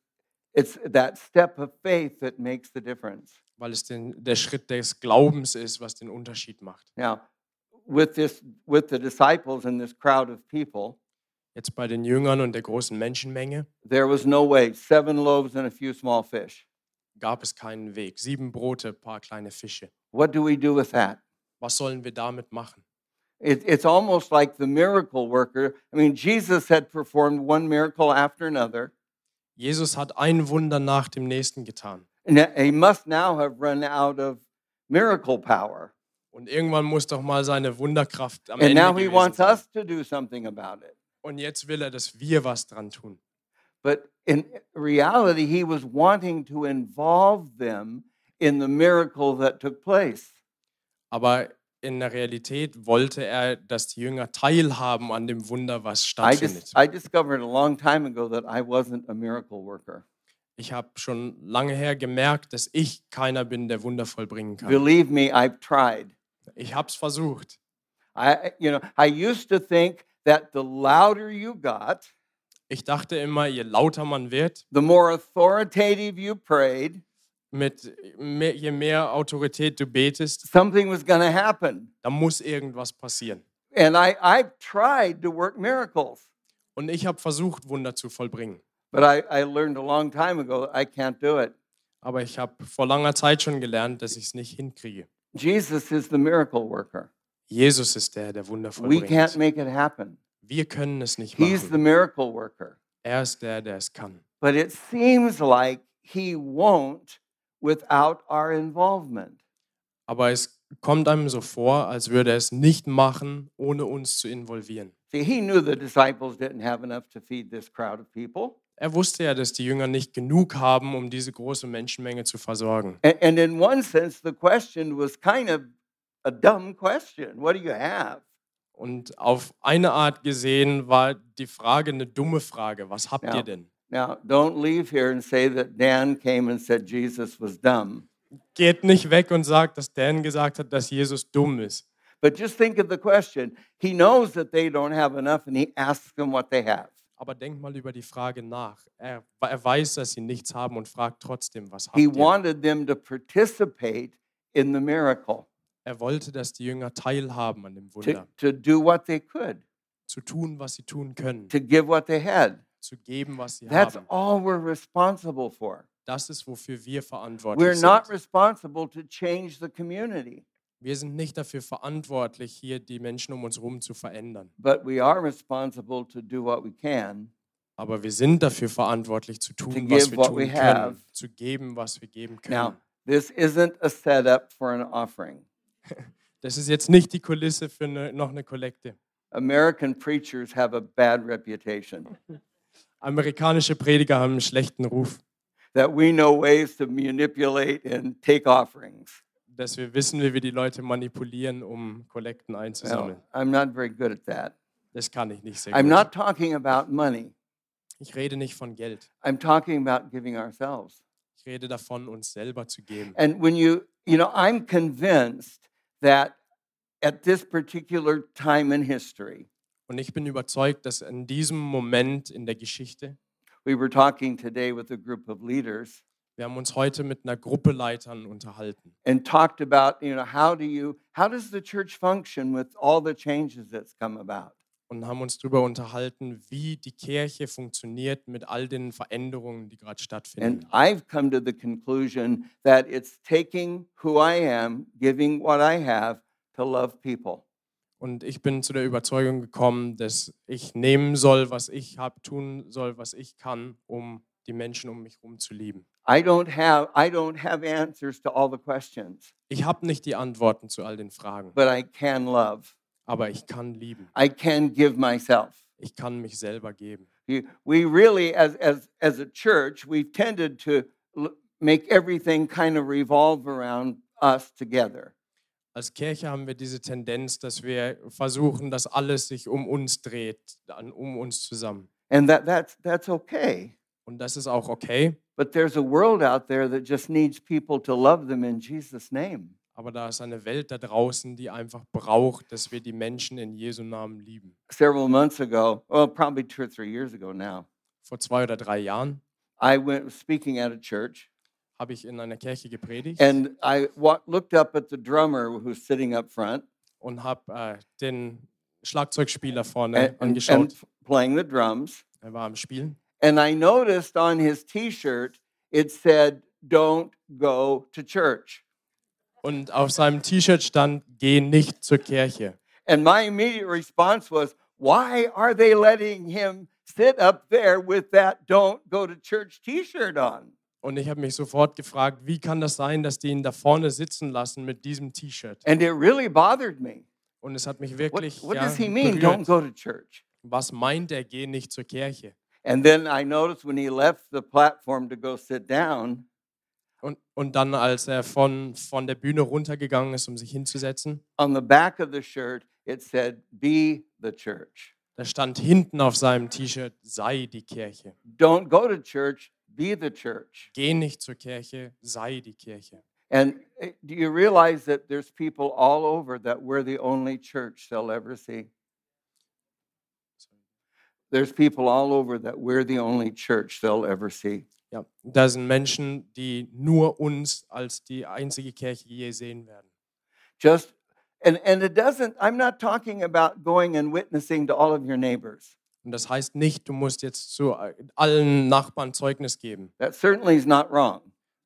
[SPEAKER 1] it's that step of faith that makes the difference.
[SPEAKER 2] weil es den, der Schritt des Glaubens ist, was den Unterschied macht.
[SPEAKER 1] Now, with this with the disciples and this crowd of people,
[SPEAKER 2] Jetzt bei den Jüngern und der großen Menschenmenge
[SPEAKER 1] there was no way. Seven loaves and a few small fish.
[SPEAKER 2] gab es keinen Weg. Sieben Brote, paar kleine Fische.
[SPEAKER 1] What do we do with that?
[SPEAKER 2] Was sollen wir damit machen?
[SPEAKER 1] It, it's almost like the miracle worker. I mean, Jesus had performed one miracle after another,
[SPEAKER 2] Jesus hat ein Wunder nach dem nächsten getan.
[SPEAKER 1] and he must now have run out of miracle power.
[SPEAKER 2] Und irgendwann muss doch mal seine Wunderkraft am
[SPEAKER 1] And
[SPEAKER 2] Ende
[SPEAKER 1] now he
[SPEAKER 2] gewesen
[SPEAKER 1] wants
[SPEAKER 2] sein.
[SPEAKER 1] us to do something about it.
[SPEAKER 2] Und jetzt will er, dass wir was dran tun.
[SPEAKER 1] But in reality, he was wanting to involve them in the miracle that took place.
[SPEAKER 2] Aber in der Realität wollte er, dass die Jünger teilhaben an dem Wunder,
[SPEAKER 1] I,
[SPEAKER 2] was
[SPEAKER 1] dis-
[SPEAKER 2] stattfindet.
[SPEAKER 1] I discovered a long time ago that I wasn't a miracle worker.
[SPEAKER 2] Ich habe schon lange her gemerkt, dass ich keiner bin, der Wunder vollbringen kann.
[SPEAKER 1] Believe me, I've tried.
[SPEAKER 2] Ich habe es versucht.
[SPEAKER 1] I, you know, I used to think that the louder you got,
[SPEAKER 2] Ich dachte immer, je lauter man wird,
[SPEAKER 1] the more authoritative you prayed,
[SPEAKER 2] mit mehr, je mehr Autorität du betest,
[SPEAKER 1] something was going to happen.
[SPEAKER 2] da muss irgendwas passieren.
[SPEAKER 1] And I, I've tried to work miracles,
[SPEAKER 2] Und ich habe versucht, Wunder zu vollbringen.
[SPEAKER 1] but I, I learned a long time ago that I can't do it.
[SPEAKER 2] aber ich habe vor langer Zeit schon gelernt, dass ich es nicht hinkriege.
[SPEAKER 1] Jesus is the miracle worker.
[SPEAKER 2] Jesus ist der, der Wunder
[SPEAKER 1] We can't
[SPEAKER 2] vollbringt.
[SPEAKER 1] make it happen.
[SPEAKER 2] Wir können es nicht
[SPEAKER 1] He's the
[SPEAKER 2] machen.
[SPEAKER 1] miracle worker.
[SPEAKER 2] Er ist der, der es kann.
[SPEAKER 1] But it seems like he won't without our involvement.
[SPEAKER 2] Aber es kommt einem so vor, als würde er es nicht machen, ohne uns zu involvieren.
[SPEAKER 1] See, he knew the disciples didn't have enough to feed this crowd of people.
[SPEAKER 2] Er wusste ja, dass die Jünger nicht genug haben, um diese große Menschenmenge zu versorgen.
[SPEAKER 1] And, and in one sense, the question was kind of a dumb question. What do you have?
[SPEAKER 2] Und auf eine Art gesehen war die Frage eine dumme Frage. Was habt
[SPEAKER 1] Ja.
[SPEAKER 2] ihr denn?
[SPEAKER 1] Now, don't leave here and say that Dan came and said Jesus was dumb.
[SPEAKER 2] Geht nicht weg und sagt, dass Dan gesagt hat, dass Jesus dumm ist.
[SPEAKER 1] But just think of the question. He knows that they don't have enough and he asks them what they have.
[SPEAKER 2] Aber denkt mal über die Frage nach. Er, er weiß, dass sie nichts haben und fragt trotzdem, was habt
[SPEAKER 1] He
[SPEAKER 2] ihr?
[SPEAKER 1] wanted them to participate in the miracle,
[SPEAKER 2] Er wollte, dass die Jünger teilhaben an dem
[SPEAKER 1] to,
[SPEAKER 2] Wunder.
[SPEAKER 1] to do what they could,
[SPEAKER 2] Zu tun, was sie tun können.
[SPEAKER 1] to give what they had.
[SPEAKER 2] Zu geben, was sie
[SPEAKER 1] That's
[SPEAKER 2] haben.
[SPEAKER 1] all we're responsible for.
[SPEAKER 2] Das ist, wofür wir verantwortlich
[SPEAKER 1] We're not
[SPEAKER 2] sind.
[SPEAKER 1] responsible to change the community,
[SPEAKER 2] Wir sind nicht dafür verantwortlich, hier die Menschen um uns herum zu verändern.
[SPEAKER 1] but we are responsible to do what we can.
[SPEAKER 2] Aber wir sind dafür verantwortlich, zu tun,
[SPEAKER 1] give
[SPEAKER 2] was wir
[SPEAKER 1] what
[SPEAKER 2] tun
[SPEAKER 1] we have.
[SPEAKER 2] können. Zu geben, was wir geben können.
[SPEAKER 1] Now, this isn't a setup for an offering.
[SPEAKER 2] Das ist jetzt nicht die Kulisse für ne- noch eine Kollekte.
[SPEAKER 1] American preachers have a bad reputation
[SPEAKER 2] Amerikanische Prediger haben einen schlechten Ruf,
[SPEAKER 1] that we know ways to manipulate and take offerings.
[SPEAKER 2] dass wir wissen, wie wir die Leute manipulieren, um Kollekten
[SPEAKER 1] Now,
[SPEAKER 2] einzusammeln.
[SPEAKER 1] I'm not very good at that.
[SPEAKER 2] Das kann ich nicht sehr
[SPEAKER 1] I'm
[SPEAKER 2] gut.
[SPEAKER 1] not talking about money.
[SPEAKER 2] Ich rede nicht von Geld.
[SPEAKER 1] I'm talking about giving ourselves.
[SPEAKER 2] Ich rede davon, uns selber zu geben.
[SPEAKER 1] And when you, you know, I'm convinced that at this particular time in history,
[SPEAKER 2] Und ich bin überzeugt, dass in diesem Moment in der Geschichte,
[SPEAKER 1] we were talking today with a group of leaders
[SPEAKER 2] wir haben uns heute mit einer Gruppe Leitern unterhalten
[SPEAKER 1] and talked about, you know, how do you, how does the church function with all the changes that's come about?
[SPEAKER 2] und haben uns darüber unterhalten, wie die Kirche funktioniert mit all den Veränderungen, die gerade stattfinden.
[SPEAKER 1] And I've come to the conclusion that it's taking who I am, giving what I have to love people.
[SPEAKER 2] Und ich bin zu der Überzeugung gekommen, dass ich nehmen soll, was ich habe, tun soll, was ich kann, um die Menschen um mich herum zu lieben.
[SPEAKER 1] I don't have I don't have answers to all the questions,
[SPEAKER 2] Ich habe nicht die Antworten zu all den Fragen,
[SPEAKER 1] but I can love.
[SPEAKER 2] aber ich kann lieben.
[SPEAKER 1] I can give myself.
[SPEAKER 2] Ich kann mich selber geben.
[SPEAKER 1] You- We really, as, as, as a church, we've tended to l- make everything kind of revolve around us together.
[SPEAKER 2] Als Kirche haben wir diese Tendenz, dass wir versuchen, dass alles sich um uns dreht, an- um uns zusammen.
[SPEAKER 1] And that, that's, that's okay.
[SPEAKER 2] Und das ist auch okay,
[SPEAKER 1] But there's a world out there that just needs people to love them in Jesus' name.
[SPEAKER 2] aber da ist eine Welt da draußen, die einfach braucht, dass wir die Menschen in Jesu Namen lieben.
[SPEAKER 1] Several months ago, well, probably two or three years ago now,
[SPEAKER 2] Vor zwei oder drei Jahren
[SPEAKER 1] I went speaking at a church
[SPEAKER 2] habe ich in einer Kirche gepredigt.
[SPEAKER 1] and I wa- looked up at the drummer who's sitting up front
[SPEAKER 2] und habe äh, den Schlagzeugspieler vorne
[SPEAKER 1] and, and,
[SPEAKER 2] angeschaut.
[SPEAKER 1] and playing the drums.
[SPEAKER 2] er war am Spielen.
[SPEAKER 1] And I noticed on his t shirt, it said, Don't go to church.
[SPEAKER 2] Und auf seinem T-Shirt stand, geh nicht zur Kirche.
[SPEAKER 1] And my immediate response was, Why are they letting him sit up there with that Don't go to church t shirt on?
[SPEAKER 2] Und ich habe mich sofort gefragt, wie kann das sein, dass die ihn da vorne sitzen lassen mit diesem T-Shirt?
[SPEAKER 1] And it really bothered me.
[SPEAKER 2] Und es hat mich
[SPEAKER 1] What,
[SPEAKER 2] wirklich
[SPEAKER 1] what
[SPEAKER 2] ja,
[SPEAKER 1] does he mean, don't
[SPEAKER 2] berührt.
[SPEAKER 1] go to church?
[SPEAKER 2] Was meint er, geh nicht zur Kirche?
[SPEAKER 1] And then I noticed when he left the platform to go sit down,
[SPEAKER 2] Und, und dann, als er von, von der Bühne runtergegangen ist, um sich hinzusetzen,
[SPEAKER 1] on the back of the shirt, it said, Be the church.
[SPEAKER 2] da stand hinten auf seinem T-Shirt, sei die Kirche.
[SPEAKER 1] Don't go to church, be the church.
[SPEAKER 2] Geh nicht zur Kirche, sei die Kirche.
[SPEAKER 1] And eh, do you realize that there's people all over that we're the only church they'll ever see? There's people all over that we're the only church they'll ever see.
[SPEAKER 2] Ja, da sind Menschen, die nur uns als die einzige Kirche je sehen werden.
[SPEAKER 1] Just and and it doesn't I'm not talking about going and witnessing to all of your neighbors.
[SPEAKER 2] Und das heißt nicht, du musst jetzt zu allen Nachbarn Zeugnis geben.
[SPEAKER 1] That certainly is not wrong.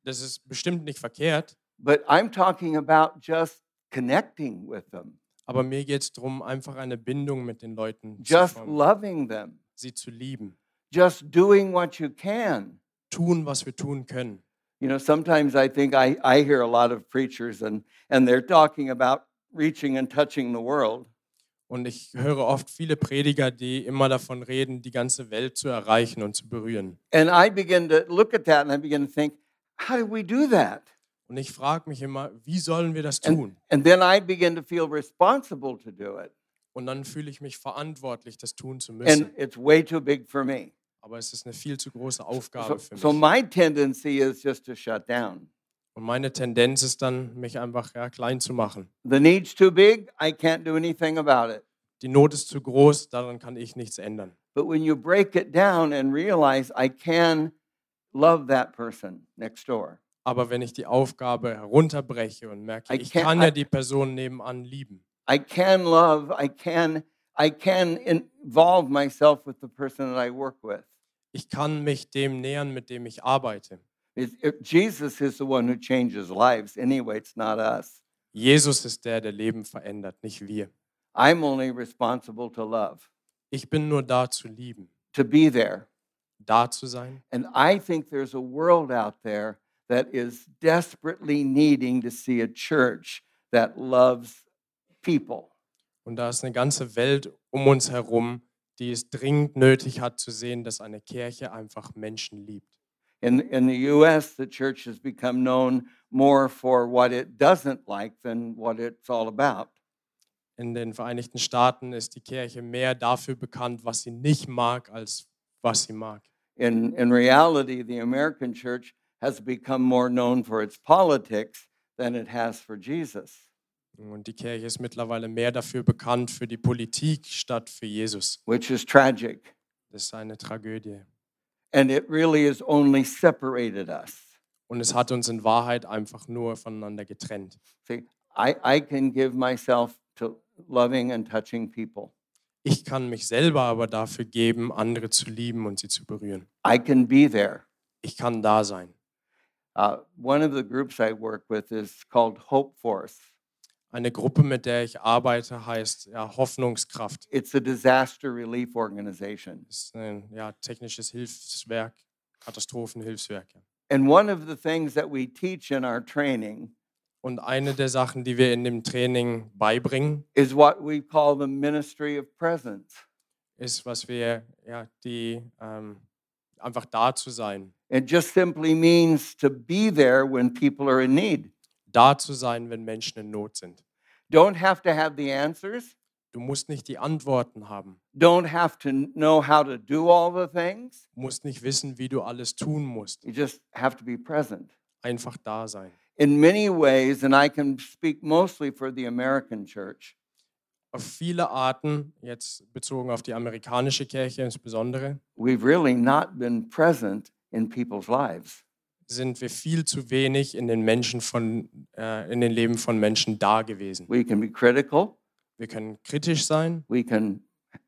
[SPEAKER 2] das ist bestimmt nicht verkehrt,
[SPEAKER 1] But I'm talking about just connecting with them,
[SPEAKER 2] aber mir geht es darum, einfach eine Bindung mit den Leuten zu
[SPEAKER 1] just
[SPEAKER 2] formen,
[SPEAKER 1] loving them,
[SPEAKER 2] sie zu lieben,
[SPEAKER 1] just doing what you can.
[SPEAKER 2] tun, was wir tun können.
[SPEAKER 1] You know, sometimes I think I, I hear a lot of preachers and, and they're talking about reaching and touching the world.
[SPEAKER 2] Und ich höre oft viele Prediger, die immer davon reden, die ganze Welt zu erreichen und zu berühren.
[SPEAKER 1] And I begin to look at that and I begin to think, how do we do that?
[SPEAKER 2] Und ich frage mich immer, wie sollen wir das
[SPEAKER 1] And,
[SPEAKER 2] tun?
[SPEAKER 1] and then I begin to feel responsible to do it.
[SPEAKER 2] Und dann fühle ich mich verantwortlich, das tun zu
[SPEAKER 1] And
[SPEAKER 2] müssen.
[SPEAKER 1] it's way too big for me.
[SPEAKER 2] Aber es ist eine viel zu große
[SPEAKER 1] So,
[SPEAKER 2] Aufgabe für
[SPEAKER 1] so
[SPEAKER 2] mich.
[SPEAKER 1] my tendency is just to shut down.
[SPEAKER 2] Und meine Tendenz ist dann, mich einfach ja, klein zu machen.
[SPEAKER 1] The need's too big, I can't do anything about it.
[SPEAKER 2] Die Not ist zu groß, daran kann ich nichts ändern.
[SPEAKER 1] But when you break it down and realize I can love that person next door,
[SPEAKER 2] Aber wenn ich die Aufgabe herunterbreche und merke,
[SPEAKER 1] I
[SPEAKER 2] ich
[SPEAKER 1] can't-
[SPEAKER 2] kann ja
[SPEAKER 1] I-
[SPEAKER 2] die Person nebenan lieben.
[SPEAKER 1] I can love, I can I can involve myself with the person that I work with.
[SPEAKER 2] Ich kann mich dem nähern, mit dem ich arbeite.
[SPEAKER 1] It's- it- Jesus is the one who changes lives. Anyway, it's not us.
[SPEAKER 2] Jesus ist der, der Leben verändert, nicht wir.
[SPEAKER 1] I'm only responsible to love,
[SPEAKER 2] Ich bin nur da zu lieben,
[SPEAKER 1] to be there.
[SPEAKER 2] da zu sein.
[SPEAKER 1] And I think there's a world out there that is desperately needing to see a church that loves people.
[SPEAKER 2] Und da ist eine ganze Welt um uns herum, die es dringend nötig hat zu sehen, dass eine Kirche einfach Menschen liebt.
[SPEAKER 1] In, in the US, the church has become known more for what it doesn't like than what it's all about.
[SPEAKER 2] In den Vereinigten Staaten ist die Kirche mehr dafür bekannt, was sie nicht mag, als was sie mag.
[SPEAKER 1] In, in reality, the American church has become more known for its politics than it has for Jesus.
[SPEAKER 2] Und die Kirche ist mittlerweile mehr dafür bekannt für die Politik statt für Jesus.
[SPEAKER 1] which is tragic.
[SPEAKER 2] Das ist eine Tragödie.
[SPEAKER 1] And it really has only separated us.
[SPEAKER 2] Und es hat uns in Wahrheit einfach nur voneinander getrennt.
[SPEAKER 1] See, I, I can give myself to loving and touching people.
[SPEAKER 2] Ich kann mich selber aber dafür geben, andere zu lieben und sie zu berühren.
[SPEAKER 1] I can be there.
[SPEAKER 2] Ich kann da sein.
[SPEAKER 1] Uh, one of the groups I work with is called Hope Force.
[SPEAKER 2] Eine Gruppe, mit der ich arbeite, heißt ja, Hoffnungskraft.
[SPEAKER 1] It's a disaster relief organization.
[SPEAKER 2] Das ist ein ja, technisches Hilfswerk, Katastrophenhilfswerk. Ja.
[SPEAKER 1] And one of the things that we teach in our training
[SPEAKER 2] Und eine der Sachen, die wir in dem Training beibringen,
[SPEAKER 1] is what we call the ministry of presence.
[SPEAKER 2] ist, was wir ja, die ähm, einfach da zu sein.
[SPEAKER 1] It just simply means to be there when people are in need.
[SPEAKER 2] Da zu sein, wenn Menschen in Not sind.
[SPEAKER 1] Don't have to have the answers.
[SPEAKER 2] Du musst nicht die Antworten haben,
[SPEAKER 1] don't have to n- know how to do all the things.
[SPEAKER 2] musst nicht wissen, wie du alles tun musst.
[SPEAKER 1] You just have to be present.
[SPEAKER 2] Einfach da sein.
[SPEAKER 1] In many ways, and I can speak mostly for the American church,
[SPEAKER 2] Auf viele Arten, jetzt bezogen auf die amerikanische Kirche insbesondere,
[SPEAKER 1] we've really not been present in people's lives.
[SPEAKER 2] sind wir viel zu wenig in den Menschen von, äh, in den Leben von Menschen da gewesen.
[SPEAKER 1] We can be critical,
[SPEAKER 2] Wir können kritisch sein,
[SPEAKER 1] we can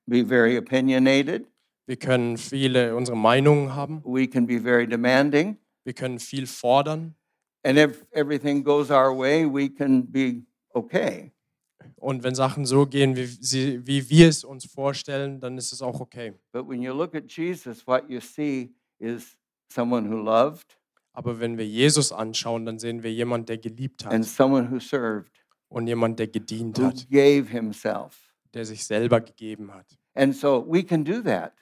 [SPEAKER 1] be very opinionated,
[SPEAKER 2] wir können viele unsere Meinungen haben,
[SPEAKER 1] we can be very demanding,
[SPEAKER 2] wir können viel fordern
[SPEAKER 1] and if everything goes our way, we can be okay.
[SPEAKER 2] und wenn Sachen so gehen, wie, sie, wie wir es uns vorstellen, dann ist es auch okay.
[SPEAKER 1] But when you look at Jesus, what you see is someone who loved
[SPEAKER 2] Aber wenn wir Jesus anschauen, dann sehen wir jemand, der geliebt
[SPEAKER 1] and
[SPEAKER 2] hat
[SPEAKER 1] someone who served,
[SPEAKER 2] und jemand, der gedient
[SPEAKER 1] who
[SPEAKER 2] hat,
[SPEAKER 1] gave himself.
[SPEAKER 2] der sich selber gegeben hat.
[SPEAKER 1] And so we can do that.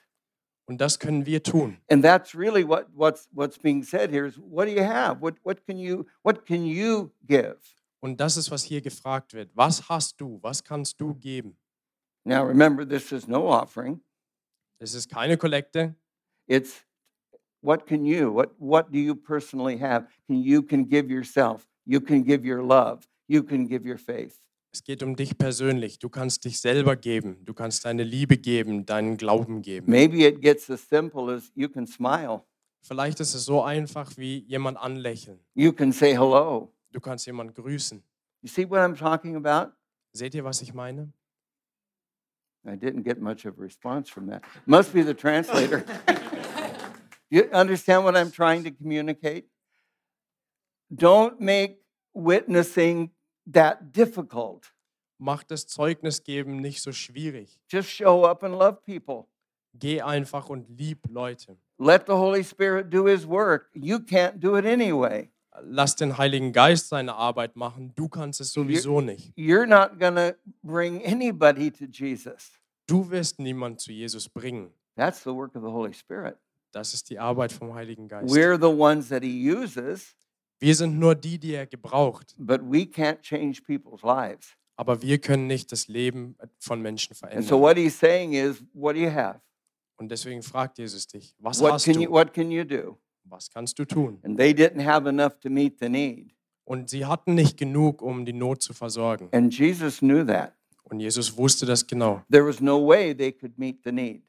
[SPEAKER 2] Und das können wir tun.
[SPEAKER 1] And that's really what, what's, what's being said here is what do you have? What, what, can you, what can you give?
[SPEAKER 2] Und das ist, was hier gefragt wird. Was hast du? Was kannst du geben?
[SPEAKER 1] Now, remember, this is no offering.
[SPEAKER 2] Es ist keine Kollekte.
[SPEAKER 1] It's what can you? What, what do you personally have? Can, you can give yourself. You can give your love. You can give your faith.
[SPEAKER 2] Es geht um dich persönlich. Du kannst dich selber geben. Du kannst deine Liebe geben, deinen Glauben geben.
[SPEAKER 1] Maybe it gets as simple as you can smile.
[SPEAKER 2] Vielleicht ist es so einfach wie jemand anlächeln.
[SPEAKER 1] You can say hello.
[SPEAKER 2] Du kannst jemand grüßen.
[SPEAKER 1] You see what I'm talking about?
[SPEAKER 2] Seht ihr, was ich meine?
[SPEAKER 1] I didn't get much of a response from that. Must be the translator. you understand what I'm trying to communicate? Don't make witnessing that difficult.
[SPEAKER 2] Macht das Zeugnis geben nicht so schwierig.
[SPEAKER 1] Just show up and love people.
[SPEAKER 2] Geh einfach und lieb Leute.
[SPEAKER 1] Let the Holy Spirit do his work. You can't do it anyway.
[SPEAKER 2] Lass den Heiligen Geist seine Arbeit machen. Du kannst es sowieso nicht.
[SPEAKER 1] You're not going to bring anybody to Jesus.
[SPEAKER 2] Du wirst niemanden zu Jesus bringen.
[SPEAKER 1] That's the work of the Holy Spirit.
[SPEAKER 2] Das ist die Arbeit vom Heiligen Geist.
[SPEAKER 1] We're the ones that he uses,
[SPEAKER 2] Wir sind nur die, die er gebraucht.
[SPEAKER 1] but we can't change people's lives.
[SPEAKER 2] Aber wir können nicht das Leben von Menschen verändern.
[SPEAKER 1] And so what he's saying is, what do you have?
[SPEAKER 2] Und deswegen fragt Jesus dich, was
[SPEAKER 1] What
[SPEAKER 2] hast
[SPEAKER 1] can you
[SPEAKER 2] du?
[SPEAKER 1] what can you do?
[SPEAKER 2] Was kannst du tun?
[SPEAKER 1] And they didn't have enough to meet the need.
[SPEAKER 2] Und sie hatten nicht genug, um die Not zu versorgen.
[SPEAKER 1] And Jesus knew that.
[SPEAKER 2] Und Jesus wusste das genau.
[SPEAKER 1] There was no way they could meet the need.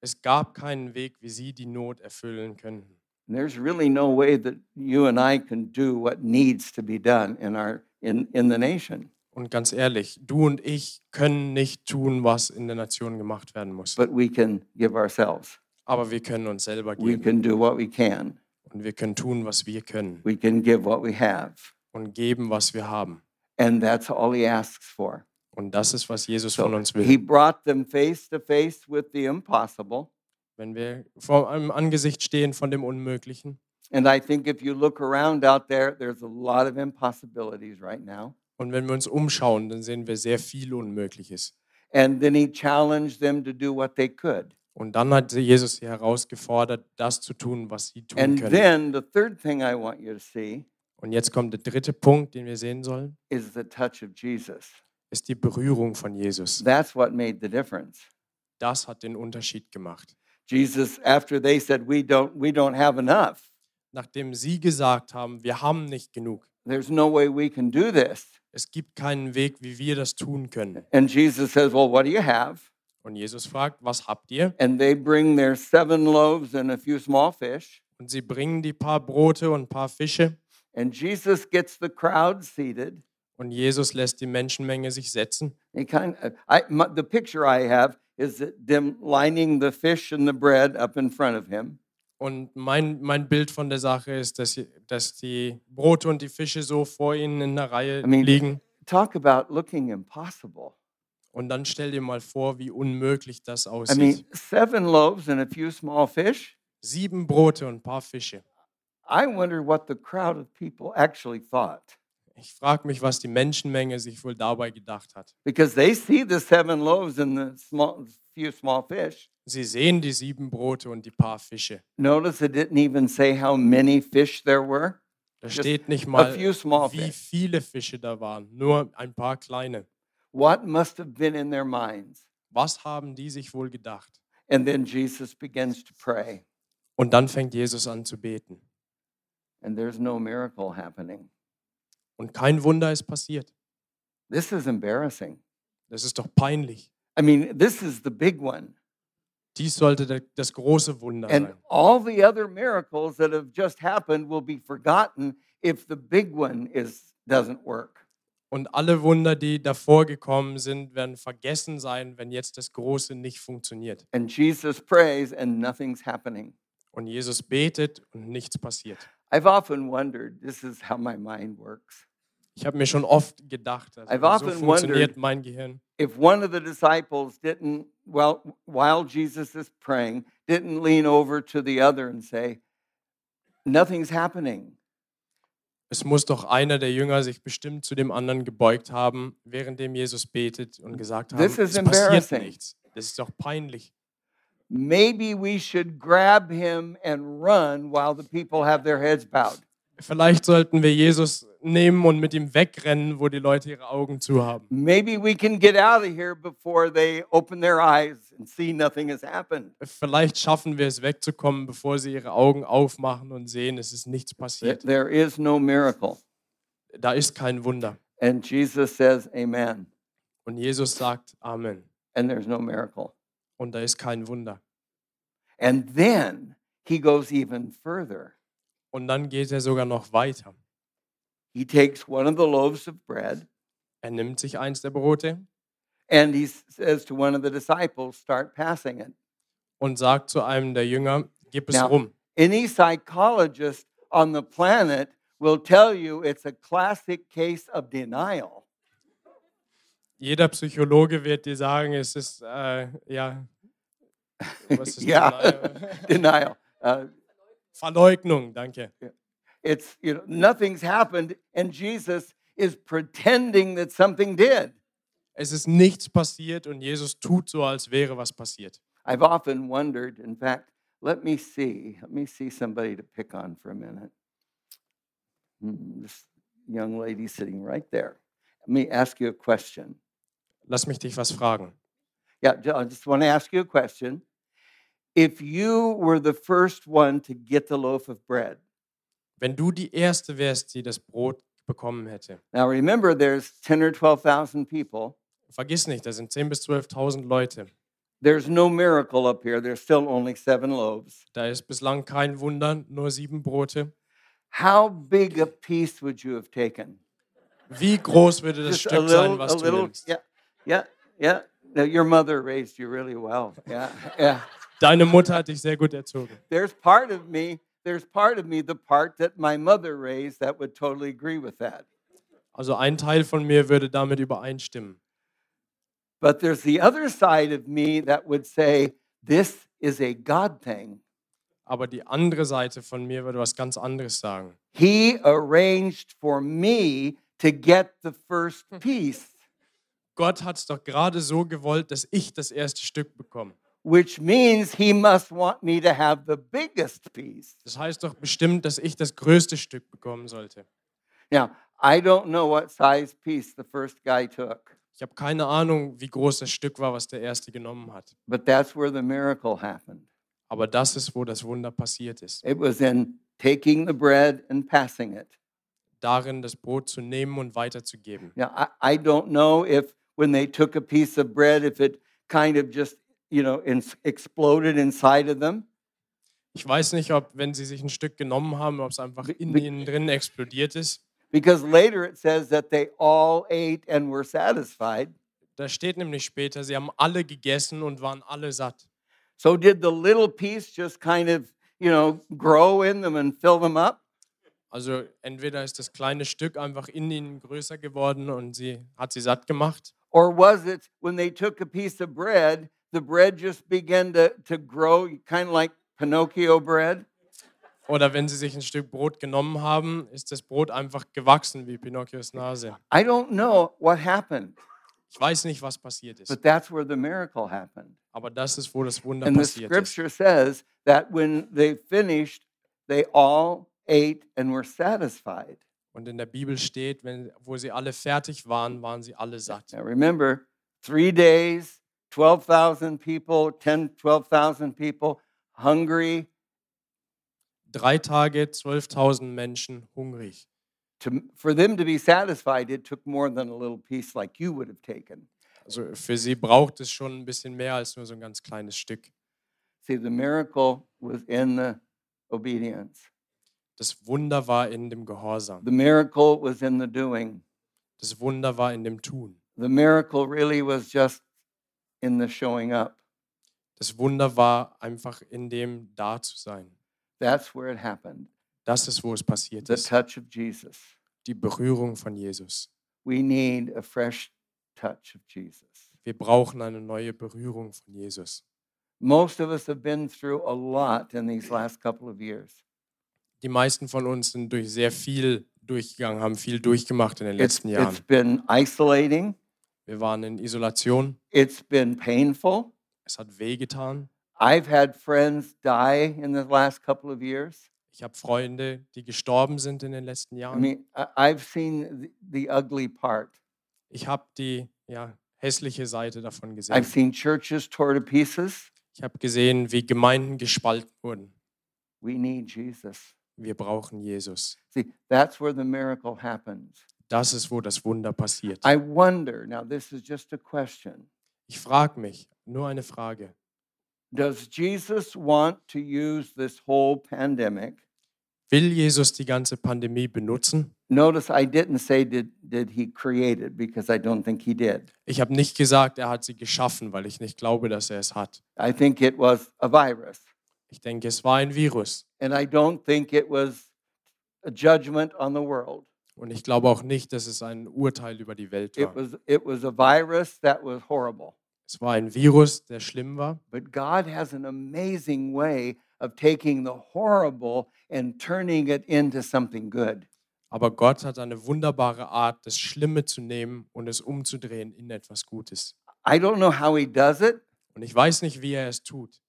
[SPEAKER 2] Es gab keinen Weg, wie sie die Not erfüllen können.
[SPEAKER 1] And there's really no way that you and I can do what needs to be done in our in, in the nation.
[SPEAKER 2] Und ganz ehrlich, du und ich können nicht tun, was in der Nation gemacht werden muss.
[SPEAKER 1] But we can give ourselves.
[SPEAKER 2] Aber wir können uns selber
[SPEAKER 1] We
[SPEAKER 2] geben.
[SPEAKER 1] can do what we can.
[SPEAKER 2] Und wir können tun, was wir können.
[SPEAKER 1] We can give what we have.
[SPEAKER 2] Und geben, was wir haben.
[SPEAKER 1] And that's all he asks for.
[SPEAKER 2] Und das ist, was Jesus von
[SPEAKER 1] So
[SPEAKER 2] uns
[SPEAKER 1] he
[SPEAKER 2] will.
[SPEAKER 1] brought them face to face with the impossible.
[SPEAKER 2] Wenn wir vor einem Angesicht stehen von dem Unmöglichen.
[SPEAKER 1] And I think if you look around out there, there's a lot of impossibilities right now.
[SPEAKER 2] Und wenn wir uns umschauen, dann sehen wir sehr viel Unmögliches.
[SPEAKER 1] And then he challenged them to do what they could.
[SPEAKER 2] Und dann hat sie- Jesus sie herausgefordert, das zu tun, was sie tun
[SPEAKER 1] And
[SPEAKER 2] können.
[SPEAKER 1] then the third thing I want you to see
[SPEAKER 2] Und jetzt kommt der dritte Punkt, den wir sehen sollen,
[SPEAKER 1] is the touch of Jesus.
[SPEAKER 2] ist die Berührung von Jesus.
[SPEAKER 1] That's what made the difference.
[SPEAKER 2] Das hat den Unterschied gemacht.
[SPEAKER 1] Jesus, after they said, We don't, we don't have enough,
[SPEAKER 2] Nachdem sie gesagt haben, wir haben nicht genug.
[SPEAKER 1] there's no way we can do this.
[SPEAKER 2] Es gibt keinen Weg, wie wir das tun können.
[SPEAKER 1] And Jesus says, Well, what do you have?
[SPEAKER 2] Und Jesus fragt, was habt ihr?
[SPEAKER 1] And they bring their seven loaves and a few small fish.
[SPEAKER 2] Und sie bringen die paar Brote und paar Fische.
[SPEAKER 1] And Jesus gets the crowd seated.
[SPEAKER 2] Und Jesus lässt die Menschenmenge sich setzen.
[SPEAKER 1] He kind of, I, my, the picture I have is that them lining the fish and the bread up in front of him.
[SPEAKER 2] Und mein, mein Bild von der Sache ist, dass, sie- dass die Brote und die Fische so vor ihnen in der Reihe
[SPEAKER 1] I mean-
[SPEAKER 2] liegen.
[SPEAKER 1] Talk about looking impossible.
[SPEAKER 2] Und dann stell dir mal vor, wie unmöglich das
[SPEAKER 1] I
[SPEAKER 2] aussieht.
[SPEAKER 1] mean, seven loaves and a few small fish.
[SPEAKER 2] Sieben Brote und ein paar Fische.
[SPEAKER 1] I wonder what the crowd of people actually thought
[SPEAKER 2] Ich frage mich, was die Menschenmenge sich wohl dabei gedacht hat.
[SPEAKER 1] because they see the seven loaves and the small, few small fish.
[SPEAKER 2] Sie sehen die sieben Brote und die paar Fische.
[SPEAKER 1] Notice it didn't even say how many fish there were.
[SPEAKER 2] Da
[SPEAKER 1] Just
[SPEAKER 2] steht nicht
[SPEAKER 1] A
[SPEAKER 2] mal,
[SPEAKER 1] few small
[SPEAKER 2] wie
[SPEAKER 1] fish.
[SPEAKER 2] viele Fische da waren, nur ein paar kleine.
[SPEAKER 1] What must have been in their minds?
[SPEAKER 2] Was haben die sich wohl gedacht?
[SPEAKER 1] And then Jesus begins to pray,
[SPEAKER 2] Und dann fängt Jesus an zu beten.
[SPEAKER 1] and there's no miracle happening.
[SPEAKER 2] Und kein Wunder ist passiert.
[SPEAKER 1] This is embarrassing.
[SPEAKER 2] Das ist doch peinlich.
[SPEAKER 1] I mean, this is the big one.
[SPEAKER 2] Dies sollte der, das große Wunder
[SPEAKER 1] And
[SPEAKER 2] sein.
[SPEAKER 1] all the other miracles that have just happened will be forgotten if the big one is doesn't work.
[SPEAKER 2] Und alle Wunder, die davor gekommen sind, werden vergessen sein, wenn jetzt das Große nicht funktioniert.
[SPEAKER 1] And Jesus prays and nothing's happening.
[SPEAKER 2] Und Jesus betet und nichts passiert.
[SPEAKER 1] I've often wondered, this is how my mind works.
[SPEAKER 2] Ich habe mir schon oft gedacht, also,
[SPEAKER 1] I've
[SPEAKER 2] so
[SPEAKER 1] often
[SPEAKER 2] funktioniert
[SPEAKER 1] wondered-
[SPEAKER 2] mein Gehirn.
[SPEAKER 1] If one of the disciples didn't, well, while Jesus is praying, didn't lean over to the other and say, Nothing's happening.
[SPEAKER 2] Es muss doch einer der Jünger sich bestimmt zu dem anderen gebeugt haben, währenddem Jesus betet und gesagt haben,
[SPEAKER 1] This is
[SPEAKER 2] es passiert
[SPEAKER 1] embarrassing.
[SPEAKER 2] nichts. Das ist doch peinlich.
[SPEAKER 1] Maybe we should grab him and run while the people have their heads bowed.
[SPEAKER 2] Vielleicht sollten wir Jesus nehmen und mit ihm wegrennen, wo die Leute ihre Augen zu haben.
[SPEAKER 1] Maybe we can get out of here before they open their eyes and see nothing has happened.
[SPEAKER 2] Vielleicht schaffen wir es wegzukommen, bevor sie ihre Augen aufmachen und sehen, es ist nichts
[SPEAKER 1] There-
[SPEAKER 2] passiert.
[SPEAKER 1] There is no miracle.
[SPEAKER 2] Da ist kein Wunder.
[SPEAKER 1] And Jesus says, Amen.
[SPEAKER 2] Und Jesus sagt Amen.
[SPEAKER 1] And there's no miracle.
[SPEAKER 2] Und da ist kein Wunder.
[SPEAKER 1] And then he goes even further.
[SPEAKER 2] Und dann geht er sogar noch weiter.
[SPEAKER 1] He takes one of the loaves of bread
[SPEAKER 2] Er nimmt sich eins der Brote
[SPEAKER 1] and he s- says to one of the disciples, Start passing it.
[SPEAKER 2] und sagt zu einem der Jünger, gib es
[SPEAKER 1] Ja.
[SPEAKER 2] rum.
[SPEAKER 1] Any psychologist on the planet will tell you it's a classic case of denial.
[SPEAKER 2] Jeder Psychologe wird dir sagen, es ist, äh, ja, was
[SPEAKER 1] <laughs>
[SPEAKER 2] ist
[SPEAKER 1] yeah,
[SPEAKER 2] denial?
[SPEAKER 1] <laughs> denial. Uh,
[SPEAKER 2] Verleugnung, danke.
[SPEAKER 1] it's you know nothing's happened, and Jesus is pretending that something did.
[SPEAKER 2] Es ist nichts passiert und Jesus tut so, als wäre was passiert.
[SPEAKER 1] I've often wondered. In fact, let me see. Let me see somebody to pick on for a minute. Hmm, This young lady sitting right there. Let me ask you a question.
[SPEAKER 2] Lass mich dich was fragen.
[SPEAKER 1] Yeah, ju- I just want to ask you a question. If you were the first one to get the loaf of bread,
[SPEAKER 2] Wenn du die Erste wärst, die das Brot bekommen hätte,
[SPEAKER 1] now remember there's 10 or 12,000 people.
[SPEAKER 2] vergiss nicht, da sind 10.000 bis 12.000 Leute.
[SPEAKER 1] There's no miracle up here. There's still only seven loaves.
[SPEAKER 2] Da ist bislang kein Wunder, nur sieben Brote.
[SPEAKER 1] How big a piece would you have taken?
[SPEAKER 2] Wie groß würde das
[SPEAKER 1] Just
[SPEAKER 2] Stück sein, was du nimmst?
[SPEAKER 1] yeah, yeah, yeah. Now, your mother raised you really well. Yeah, yeah.
[SPEAKER 2] Deine Mutter hat dich sehr gut erzogen.
[SPEAKER 1] There's part of me, there's part of me, the part that my mother raised, that would totally agree with that.
[SPEAKER 2] Also ein Teil von mir würde damit übereinstimmen.
[SPEAKER 1] But there's the other side of me that would say, this is a God thing.
[SPEAKER 2] Aber die andere Seite von mir würde was ganz anderes sagen.
[SPEAKER 1] He arranged for me to get the first piece,
[SPEAKER 2] Gott hat es doch gerade so gewollt, dass ich das erste Stück bekomme.
[SPEAKER 1] which means he must want me to have the biggest piece.
[SPEAKER 2] Das heißt doch bestimmt, dass ich das größte Stück bekommen sollte.
[SPEAKER 1] Now, I don't know what size piece the first guy took,
[SPEAKER 2] Ich habe keine Ahnung, wie groß das Stück war, was der erste genommen hat.
[SPEAKER 1] but that's where the miracle happened.
[SPEAKER 2] Aber das ist, wo das Wunder passiert ist.
[SPEAKER 1] It was in taking the bread and passing it.
[SPEAKER 2] Darin, das Brot zu nehmen und weiterzugeben.
[SPEAKER 1] Now, I, I don't know if when they took a piece of bread, if it kind of just, you know, ins exploded inside of them.
[SPEAKER 2] Ich weiß nicht, ob, wenn sie sich ein Stück genommen haben, ob es einfach in
[SPEAKER 1] Wie-
[SPEAKER 2] ihnen drin explodiert ist.
[SPEAKER 1] Because later it says that they all ate and were satisfied.
[SPEAKER 2] Da steht nämlich später, sie haben alle gegessen und waren alle satt.
[SPEAKER 1] So did the little piece just kind of, you know, grow in them and fill them up?
[SPEAKER 2] Also entweder ist das kleine Stück einfach in ihnen größer geworden und sie hat sie satt gemacht.
[SPEAKER 1] Or was it when they took a piece of bread, the bread just began to, to grow, kind of like Pinocchio bread?
[SPEAKER 2] Oder wenn sie sich ein Stück Brot genommen haben, ist das Brot einfach gewachsen wie Pinocchios Nase.
[SPEAKER 1] I don't know what happened,
[SPEAKER 2] Ich weiß nicht, was passiert ist,
[SPEAKER 1] but that's where the miracle happened.
[SPEAKER 2] aber das ist, wo das Wunder
[SPEAKER 1] And the
[SPEAKER 2] passiert ist.
[SPEAKER 1] scripture says that when they finished, they all ate and were satisfied.
[SPEAKER 2] Und in der Bibel steht, wenn, wo sie alle fertig waren, waren sie alle satt.
[SPEAKER 1] Now remember, three days, 12,000 people, 10, 12,000 people, hungry.
[SPEAKER 2] Drei Tage, 12.000 Menschen hungrig.
[SPEAKER 1] To, for them to be satisfied, it took more than a little piece like you would have taken.
[SPEAKER 2] Also für sie braucht es schon ein bisschen mehr als nur so ein ganz kleines Stück.
[SPEAKER 1] See, the miracle was in the obedience,
[SPEAKER 2] Das Wunder war in dem Gehorsam.
[SPEAKER 1] the miracle was in the doing.
[SPEAKER 2] Das Wunder war in dem Tun.
[SPEAKER 1] The miracle really was just in the showing up.
[SPEAKER 2] Das Wunder war einfach in dem da zu sein.
[SPEAKER 1] That's where it happened
[SPEAKER 2] Das ist, wo es passiert
[SPEAKER 1] the
[SPEAKER 2] ist.
[SPEAKER 1] touch of Jesus.
[SPEAKER 2] Die Berührung von Jesus.
[SPEAKER 1] We need a fresh touch of Jesus.
[SPEAKER 2] Wir brauchen eine neue Berührung von Jesus.
[SPEAKER 1] Most of us have been through a lot in these last couple of years.
[SPEAKER 2] Die meisten von uns sind durch sehr viel durchgegangen, haben viel durchgemacht in den
[SPEAKER 1] It's,
[SPEAKER 2] letzten Jahren.
[SPEAKER 1] it's been isolating,
[SPEAKER 2] Wir waren in Isolation.
[SPEAKER 1] it's been painful.
[SPEAKER 2] Es hat wehgetan.
[SPEAKER 1] I've had friends die in the last couple of years.
[SPEAKER 2] Ich habe Freunde, die gestorben sind in den letzten
[SPEAKER 1] I
[SPEAKER 2] Jahren.
[SPEAKER 1] mean, I- I've seen th- the ugly part.
[SPEAKER 2] Ich habe die ja, hässliche Seite davon gesehen.
[SPEAKER 1] I've seen churches torn to pieces.
[SPEAKER 2] Ich habe gesehen, wie Gemeinden gespalten wurden.
[SPEAKER 1] We need Jesus.
[SPEAKER 2] Wir brauchen Jesus.
[SPEAKER 1] See, that's where the miracle happens.
[SPEAKER 2] Das ist, wo das Wunder passiert.
[SPEAKER 1] I wonder, now this is just a question.
[SPEAKER 2] Ich frage mich, nur eine Frage.
[SPEAKER 1] Does Jesus want to use this whole pandemic?
[SPEAKER 2] Will Jesus die ganze Pandemie benutzen?
[SPEAKER 1] Notice I didn't say did, did he create it because I don't think he did.
[SPEAKER 2] Ich habe nicht gesagt, er hat sie geschaffen, weil ich nicht glaube, dass er es hat.
[SPEAKER 1] I think it was a virus.
[SPEAKER 2] Ich denke, es war ein Virus.
[SPEAKER 1] And I don't think it was a judgment on the world.
[SPEAKER 2] Und ich glaube auch nicht, dass es ein Urteil über die Welt
[SPEAKER 1] It
[SPEAKER 2] war.
[SPEAKER 1] was, it was a virus that was horrible.
[SPEAKER 2] Es war ein Virus, der schlimm war.
[SPEAKER 1] But God has an amazing way of taking the horrible and turning it into something good.
[SPEAKER 2] Aber Gott hat eine wunderbare Art, das Schlimme zu nehmen und es umzudrehen in etwas Gutes.
[SPEAKER 1] I don't know how he does it,
[SPEAKER 2] Und ich weiß nicht, wie er es tut.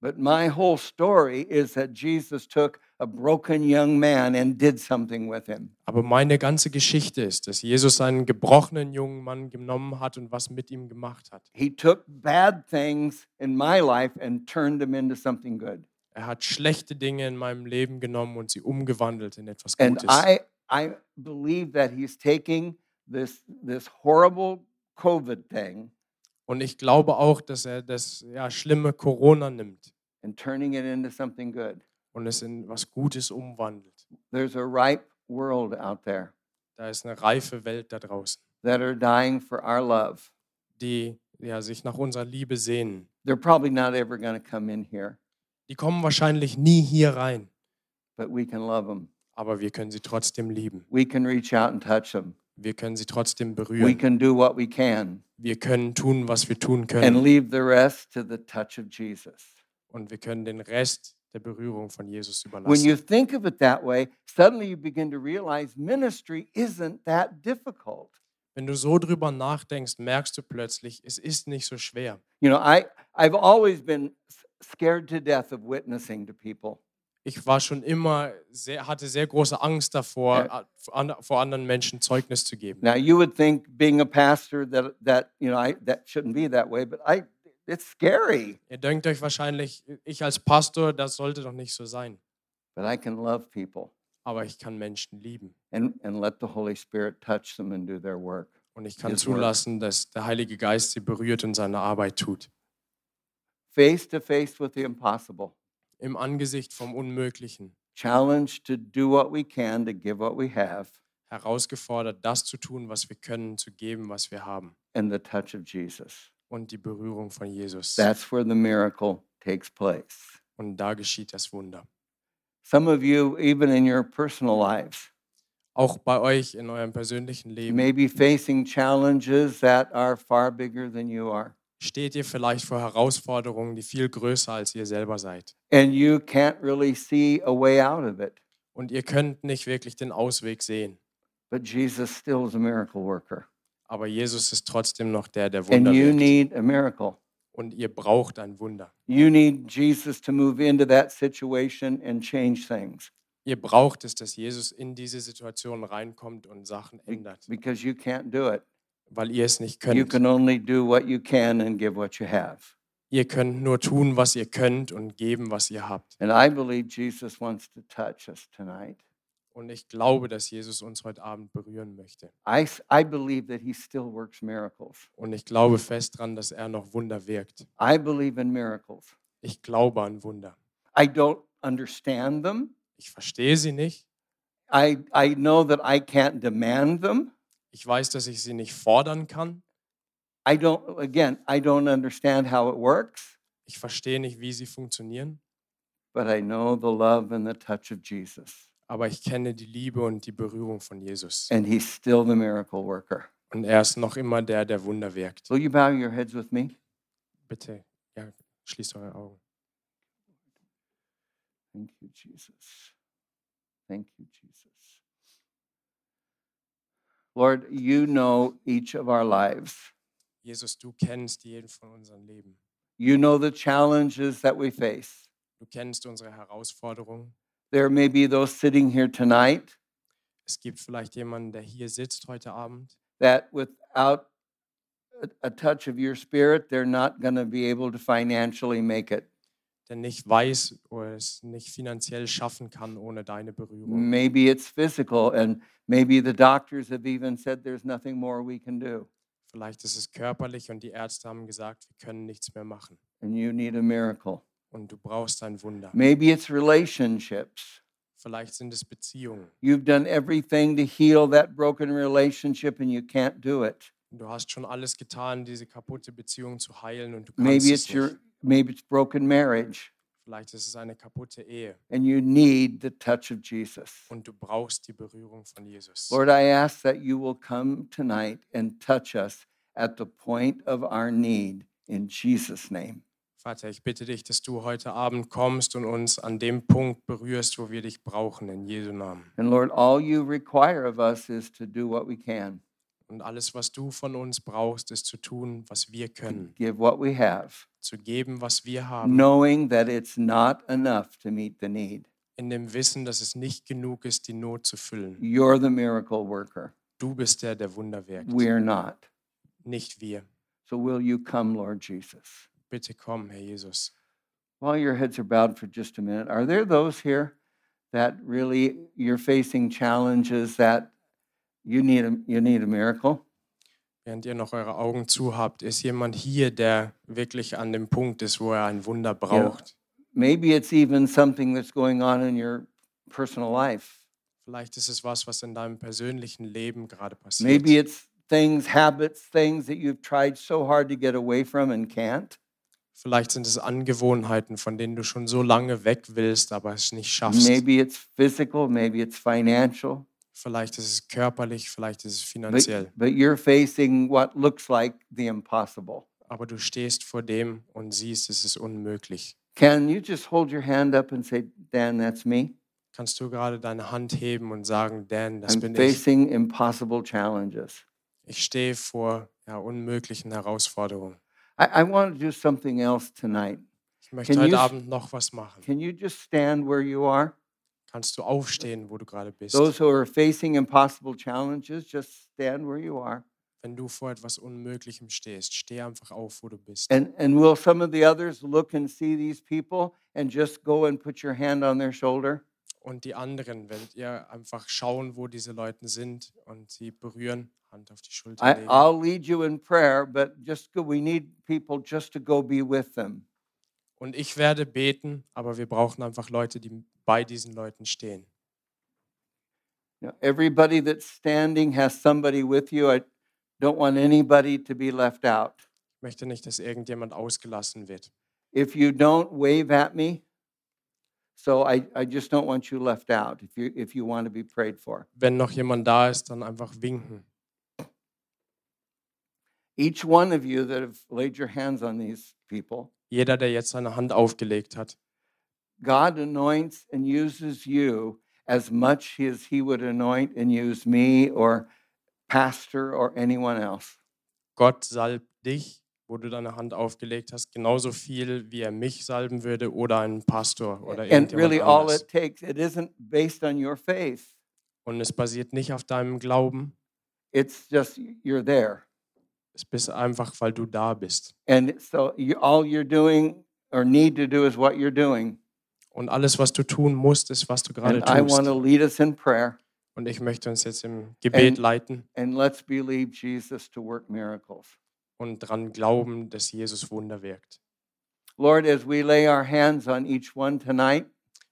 [SPEAKER 1] but my whole story is that Jesus took a broken young man and did something with him.
[SPEAKER 2] Aber meine ganze Geschichte ist, dass Jesus einen gebrochenen jungen Mann genommen hat und was mit ihm gemacht hat.
[SPEAKER 1] He took bad things in my life and turned them into something good.
[SPEAKER 2] Er hat schlechte Dinge in meinem Leben genommen und sie umgewandelt in etwas
[SPEAKER 1] And
[SPEAKER 2] Gutes.
[SPEAKER 1] I I believe that he's taking this this horrible COVID thing
[SPEAKER 2] Und ich glaube auch, dass er das ja, schlimme Corona nimmt
[SPEAKER 1] and turning it into something good.
[SPEAKER 2] und es in was Gutes umwandelt.
[SPEAKER 1] There's a ripe world out there
[SPEAKER 2] Da ist eine reife Welt da draußen,
[SPEAKER 1] that are dying for our love.
[SPEAKER 2] die ja, sich nach unserer Liebe sehnen.
[SPEAKER 1] They're probably not ever going to come in here,
[SPEAKER 2] Die kommen wahrscheinlich nie hier rein,
[SPEAKER 1] but we can love them.
[SPEAKER 2] aber wir können sie trotzdem lieben.
[SPEAKER 1] We can reach out and touch them.
[SPEAKER 2] Wir können sie trotzdem
[SPEAKER 1] We
[SPEAKER 2] berühren.
[SPEAKER 1] can do what we can
[SPEAKER 2] Wir können tun, was wir tun
[SPEAKER 1] and
[SPEAKER 2] können.
[SPEAKER 1] leave the rest to the touch of Jesus.
[SPEAKER 2] Und wir können den Rest der Berührung von Jesus
[SPEAKER 1] When
[SPEAKER 2] überlassen.
[SPEAKER 1] you think of it that way, suddenly you begin to realize ministry isn't that difficult.
[SPEAKER 2] Wenn du so drüber nachdenkst, merkst du plötzlich, es ist nicht so schwer.
[SPEAKER 1] You know, I, I've always been s- scared to death of witnessing to people.
[SPEAKER 2] ich war schon immer sehr, hatte sehr große Angst davor,
[SPEAKER 1] Ja.
[SPEAKER 2] a- vor ander- vor anderen Menschen Zeugnis zu geben.
[SPEAKER 1] Now, you would think being a pastor that, that you know, I, that shouldn't be that way, but I, it's scary.
[SPEAKER 2] Ihr denkt euch wahrscheinlich, ich als Pastor, das sollte doch nicht so sein.
[SPEAKER 1] But I can love people
[SPEAKER 2] Aber ich kann Menschen lieben
[SPEAKER 1] and, and let the Holy Spirit touch them and do their work.
[SPEAKER 2] und ich kann
[SPEAKER 1] His work.
[SPEAKER 2] zulassen, dass der Heilige Geist sie berührt und seine Arbeit tut.
[SPEAKER 1] Face to face with the impossible,
[SPEAKER 2] Im Angesicht vom Unmöglichen,
[SPEAKER 1] challenged to do what we can to give what we have,
[SPEAKER 2] herausgefordert, das zu tun, was wir können, zu geben, was wir haben.
[SPEAKER 1] and the touch of Jesus.
[SPEAKER 2] Und die Berührung von Jesus.
[SPEAKER 1] That's where the miracle takes place.
[SPEAKER 2] Und da geschieht das Wunder.
[SPEAKER 1] Some of you, even in your personal lives,
[SPEAKER 2] Auch bei euch in eurem persönlichen Leben.
[SPEAKER 1] may be facing challenges that are far bigger than you are,
[SPEAKER 2] steht ihr vielleicht vor Herausforderungen, die viel größer als ihr selber seid.
[SPEAKER 1] and you can't really see a way out of it.
[SPEAKER 2] Und ihr könnt nicht wirklich den Ausweg sehen.
[SPEAKER 1] But Jesus still is a miracle worker,
[SPEAKER 2] Aber Jesus ist trotzdem noch der, der Wunder
[SPEAKER 1] and you
[SPEAKER 2] wirkt.
[SPEAKER 1] need a miracle.
[SPEAKER 2] Und ihr braucht ein Wunder.
[SPEAKER 1] You need Jesus to move into that situation and change things
[SPEAKER 2] Ihr braucht es, dass Jesus in diese Situation reinkommt und Sachen
[SPEAKER 1] be-
[SPEAKER 2] ändert,
[SPEAKER 1] because you can't do it.
[SPEAKER 2] weil ihr es nicht
[SPEAKER 1] You
[SPEAKER 2] könnt.
[SPEAKER 1] can only do what you can and give what you have.
[SPEAKER 2] Ihr könnt nur tun, was ihr könnt und geben, was ihr habt.
[SPEAKER 1] And I believe Jesus wants to touch us tonight.
[SPEAKER 2] Und ich glaube, dass Jesus uns heute Abend berühren möchte.
[SPEAKER 1] I, s- I believe that he still works miracles.
[SPEAKER 2] Und ich glaube fest dran, dass er noch Wunder wirkt.
[SPEAKER 1] I believe in miracles.
[SPEAKER 2] Ich glaube an Wunder.
[SPEAKER 1] I don't understand them.
[SPEAKER 2] Ich verstehe sie nicht,
[SPEAKER 1] I, I know that I can't demand them.
[SPEAKER 2] Ich weiß, dass ich sie nicht fordern kann.
[SPEAKER 1] I don't, again, I don't understand how it works,
[SPEAKER 2] Ich verstehe nicht, wie sie funktionieren.
[SPEAKER 1] but I know the love and the touch of Jesus.
[SPEAKER 2] Aber ich kenne die Liebe und die Berührung von Jesus.
[SPEAKER 1] And he's still the miracle worker.
[SPEAKER 2] Und er ist noch immer der, der Wunder wirkt.
[SPEAKER 1] Will you bow your heads with me?
[SPEAKER 2] Bitte, ja, schließt eure Augen.
[SPEAKER 1] Thank you, Jesus. Thank you, Jesus. Lord, you know each of our lives.
[SPEAKER 2] Jesus, du kennst jeden von unseren Leben.
[SPEAKER 1] You know the challenges that we face.
[SPEAKER 2] Du kennst unsere Herausforderungen.
[SPEAKER 1] There may be those sitting here tonight
[SPEAKER 2] Es gibt vielleicht jemanden, der hier sitzt heute Abend,
[SPEAKER 1] that without a, a touch of your spirit, they're not going to be able to financially make it.
[SPEAKER 2] der nicht weiß oder es nicht finanziell schaffen kann ohne deine Berührung.
[SPEAKER 1] Maybe it's physical, and maybe the doctors have even said there's nothing more we can do.
[SPEAKER 2] Vielleicht ist es körperlich und die Ärzte haben gesagt, wir können nichts mehr machen.
[SPEAKER 1] And you need a miracle.
[SPEAKER 2] Und du brauchst ein Wunder.
[SPEAKER 1] Maybe it's relationships.
[SPEAKER 2] Vielleicht sind es Beziehungen.
[SPEAKER 1] You've done everything to heal that broken relationship, and you can't do it.
[SPEAKER 2] Du hast schon alles getan, diese kaputte Beziehung zu heilen und du kannst
[SPEAKER 1] Maybe
[SPEAKER 2] es
[SPEAKER 1] it's your
[SPEAKER 2] nicht.
[SPEAKER 1] maybe it's broken marriage.
[SPEAKER 2] Vielleicht ist es eine kaputte Ehe
[SPEAKER 1] and you need the touch of Jesus.
[SPEAKER 2] und du brauchst die Berührung von Jesus.
[SPEAKER 1] Lord, I ask that you will come tonight and touch us at the point of our need in Jesus' name.
[SPEAKER 2] Vater, ich bitte dich, dass du heute Abend kommst und uns an dem Punkt berührst, wo wir dich brauchen, in Jesu Namen.
[SPEAKER 1] And Lord, all you require of us is to do what we can,
[SPEAKER 2] Und alles, was du von uns brauchst, ist zu tun, was wir können,
[SPEAKER 1] give what we have,
[SPEAKER 2] zu geben, was wir haben,
[SPEAKER 1] knowing that it's not enough to meet the need.
[SPEAKER 2] in dem Wissen, dass es nicht genug ist, die Not zu füllen.
[SPEAKER 1] You're the miracle worker.
[SPEAKER 2] Du bist der, der Wunder wirkt,
[SPEAKER 1] We're not.
[SPEAKER 2] nicht wir.
[SPEAKER 1] So will you come, Lord Jesus?
[SPEAKER 2] Bitte komm, Herr Jesus.
[SPEAKER 1] While your heads are bowed for just a minute, are there those here that really you're facing challenges that you need a, you need a miracle?
[SPEAKER 2] Während ihr noch eure Augen zu habt, ist jemand hier, der wirklich an dem Punkt ist, wo er ein Wunder braucht.
[SPEAKER 1] Maybe it's even something that's going on in your personal life.
[SPEAKER 2] Vielleicht ist es was, was in deinem persönlichen Leben gerade passiert.
[SPEAKER 1] Maybe it's things, habits, things that you've tried so hard to get away from and can't.
[SPEAKER 2] Vielleicht sind es Angewohnheiten, von denen du schon so lange weg willst, aber es nicht schaffst.
[SPEAKER 1] Maybe it's physical, maybe it's financial.
[SPEAKER 2] Vielleicht ist es körperlich, vielleicht ist es finanziell.
[SPEAKER 1] But, but you're facing what looks like the impossible.
[SPEAKER 2] Aber du stehst vor dem und siehst, es ist unmöglich.
[SPEAKER 1] Can you just hold your hand up and say, Dan, that's me?
[SPEAKER 2] Kannst du gerade deine Hand heben und sagen, Dan, das
[SPEAKER 1] I'm
[SPEAKER 2] bin ich.
[SPEAKER 1] facing impossible challenges.
[SPEAKER 2] Ich stehe vor ja, unmöglichen Herausforderungen.
[SPEAKER 1] I, I want to do something else tonight.
[SPEAKER 2] Ich möchte
[SPEAKER 1] Can you
[SPEAKER 2] heute
[SPEAKER 1] s-
[SPEAKER 2] Abend noch was machen.
[SPEAKER 1] Can you just stand where you are?
[SPEAKER 2] Kannst du aufstehen, wo du gerade bist?
[SPEAKER 1] Those who are facing impossible challenges, just stand where you are.
[SPEAKER 2] Wenn du vor etwas Unmöglichem stehst, steh einfach auf, wo du bist.
[SPEAKER 1] And, and will some of the others look and see these people and just go and put your hand on their shoulder?
[SPEAKER 2] Und die anderen, wenn ihr einfach schauen, wo diese Leute sind und sie berühren, Hand auf die Schulter
[SPEAKER 1] I,
[SPEAKER 2] legen.
[SPEAKER 1] I'll lead you in prayer, but just go, we need people just to go be with them.
[SPEAKER 2] Und ich werde beten, aber wir brauchen einfach Leute, die bei diesen Leuten stehen.
[SPEAKER 1] You know, everybody that's standing has somebody with you. I don't want anybody to be left out.
[SPEAKER 2] Ich möchte nicht, dass irgendjemand ausgelassen wird.
[SPEAKER 1] If you don't, wave at me. So I, I just don't want you left out if you, if you want to be prayed for.
[SPEAKER 2] Wenn noch jemand da ist, dann einfach winken.
[SPEAKER 1] Each one of you that have laid your hands on these people,
[SPEAKER 2] Jeder, der jetzt seine Hand aufgelegt hat,
[SPEAKER 1] God anoints and uses you as much as He would anoint and use me or pastor or anyone else.
[SPEAKER 2] Gott salbt dich, wo du deine Hand aufgelegt hast, genauso viel, wie er mich salben würde oder einen Pastor oder
[SPEAKER 1] And
[SPEAKER 2] irgendjemand
[SPEAKER 1] really, all
[SPEAKER 2] anderes.
[SPEAKER 1] it takes, it isn't based on your faith,
[SPEAKER 2] Und es basiert nicht auf deinem Glauben,
[SPEAKER 1] it's just you're there.
[SPEAKER 2] es bist einfach, weil du da bist.
[SPEAKER 1] And so, you, all you're doing or need to do is what you're doing.
[SPEAKER 2] Und alles, was du tun musst, ist, was du gerade
[SPEAKER 1] And I want to
[SPEAKER 2] tust.
[SPEAKER 1] lead us in prayer
[SPEAKER 2] Und ich möchte uns jetzt im Gebet
[SPEAKER 1] And-
[SPEAKER 2] leiten.
[SPEAKER 1] and let's believe Jesus to work miracles.
[SPEAKER 2] und dran glauben, dass Jesus Wunder wirkt.
[SPEAKER 1] Lord, as we lay our hands on each one tonight,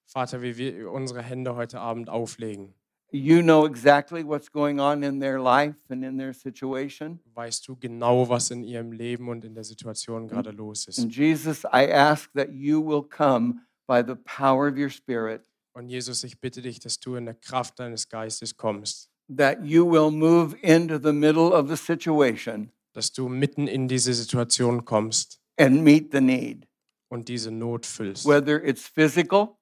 [SPEAKER 2] Vater, wie wir unsere Hände heute Abend auflegen,
[SPEAKER 1] you know exactly what's going on in their life and in their situation.
[SPEAKER 2] weißt du genau, was in ihrem Leben und in der Situation gerade los ist.
[SPEAKER 1] And Jesus, I ask that you will come by the power of your Spirit,
[SPEAKER 2] Und Jesus, ich bitte dich, dass du in der Kraft deines Geistes kommst,
[SPEAKER 1] that you will move into the middle of the situation
[SPEAKER 2] dass du mitten in diese Situation kommst
[SPEAKER 1] and meet the need,
[SPEAKER 2] und diese Not füllst.
[SPEAKER 1] whether it's physical.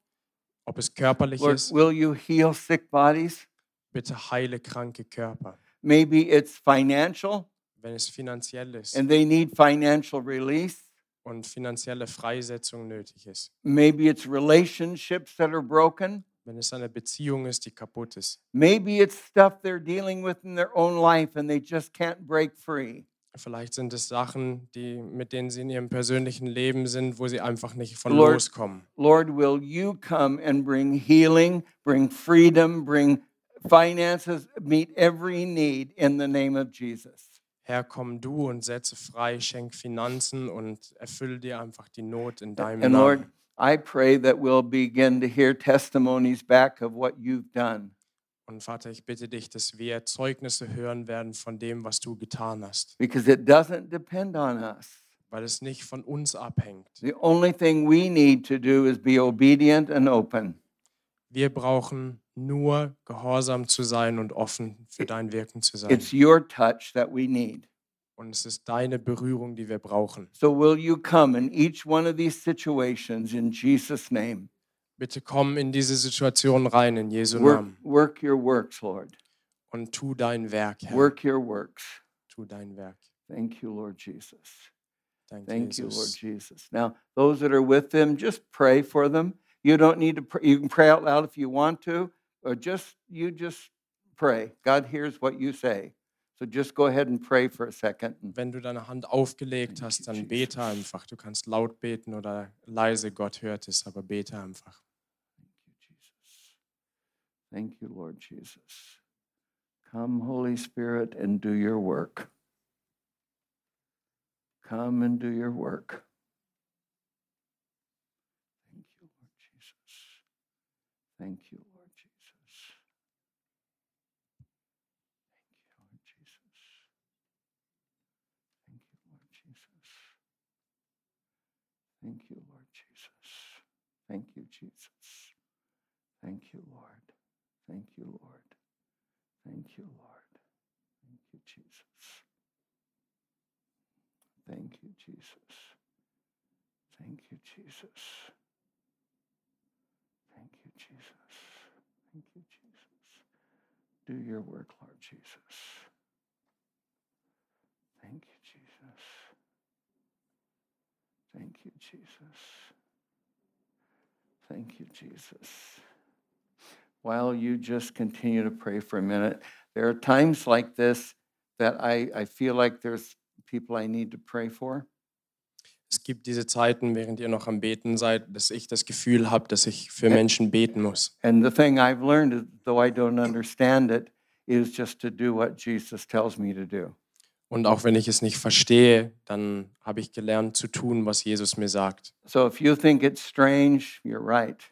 [SPEAKER 2] Ob es körperlich
[SPEAKER 1] Lord,
[SPEAKER 2] ist,
[SPEAKER 1] will you heal sick bodies?
[SPEAKER 2] bitte heile kranke Körper.
[SPEAKER 1] Maybe it's financial
[SPEAKER 2] Wenn es finanziell ist
[SPEAKER 1] and they need financial release.
[SPEAKER 2] und finanzielle Freisetzung nötig ist.
[SPEAKER 1] Maybe it's relationships that are broken.
[SPEAKER 2] Wenn es eine Beziehung ist, die kaputt ist.
[SPEAKER 1] Maybe it's stuff they're dealing with in their own life and they just can't break free.
[SPEAKER 2] Vielleicht sind es Sachen, die, mit denen sie in ihrem persönlichen Leben sind, wo sie einfach nicht von
[SPEAKER 1] Lord-
[SPEAKER 2] loskommen.
[SPEAKER 1] Lord, will you come and bring healing, bring freedom, bring finances, meet every need in the name of Jesus.
[SPEAKER 2] Herr, komm du und setze frei, schenk Finanzen und erfülle dir einfach die Not in deinem
[SPEAKER 1] And
[SPEAKER 2] Namen.
[SPEAKER 1] Lord, I pray that we'll begin to hear testimonies back of what you've done.
[SPEAKER 2] und Vater, ich bitte dich, dass wir Zeugnisse hören werden von dem, was du getan hast.
[SPEAKER 1] Because it doesn't depend on us,
[SPEAKER 2] weil es nicht von uns abhängt.
[SPEAKER 1] The only thing we need to do is be obedient and open.
[SPEAKER 2] Wir brauchen nur gehorsam zu sein und offen für dein Wirken zu sein.
[SPEAKER 1] It's your touch that we need.
[SPEAKER 2] Und es ist deine Berührung, die wir brauchen.
[SPEAKER 1] So will you come in each one of these situations in Jesus' name?
[SPEAKER 2] Bitte komm in diese Situation rein, in Jesu
[SPEAKER 1] Work,
[SPEAKER 2] Namen.
[SPEAKER 1] work your works, Lord.
[SPEAKER 2] Und tu dein Werk, Herr.
[SPEAKER 1] Work your works.
[SPEAKER 2] Tu dein Werk.
[SPEAKER 1] Thank you, Lord Jesus.
[SPEAKER 2] Danke,
[SPEAKER 1] Thank you, Lord
[SPEAKER 2] Jesus.
[SPEAKER 1] Jesus. Now, those that are with them, just pray for them. You don't need to pray. You can pray out loud if you want to, or just you just pray. God hears what you say. So just go ahead and pray for a second. and
[SPEAKER 2] Wenn du deine Hand aufgelegt hast, dann bete einfach. Du kannst laut beten oder leise, Gott hört es, aber bete einfach.
[SPEAKER 1] Thank you, Jesus. Thank you, Lord Jesus. Come, Holy Spirit, and do your work. Come and do your work. Thank you, Lord Jesus. Thank you, Lord Jesus. Thank you, Lord Jesus. Thank you, Lord Jesus. Thank you, Lord Jesus. Thank you, Jesus. Thank you, Lord. Thank you, Lord. Thank you, Lord. Thank you, Jesus. Thank you, Jesus. Thank you, Jesus. Thank you, Jesus. Thank you, Jesus. Do your work, Lord Jesus. Thank you, Jesus. Thank you, Jesus. Thank you, Jesus. While you just continue to pray for a minute, there are times like this that I, I feel like there's people I need to pray for.
[SPEAKER 2] Es gibt diese Zeiten, während ihr noch am Beten seid, dass ich das Gefühl habe, dass ich für Menschen beten muss.
[SPEAKER 1] And the thing I've learned, is, though I don't understand it, is just to do what Jesus tells me to do.
[SPEAKER 2] Und auch wenn ich es nicht verstehe, dann habe ich gelernt zu tun, was Jesus mir sagt.
[SPEAKER 1] So if you think it's strange, you're right.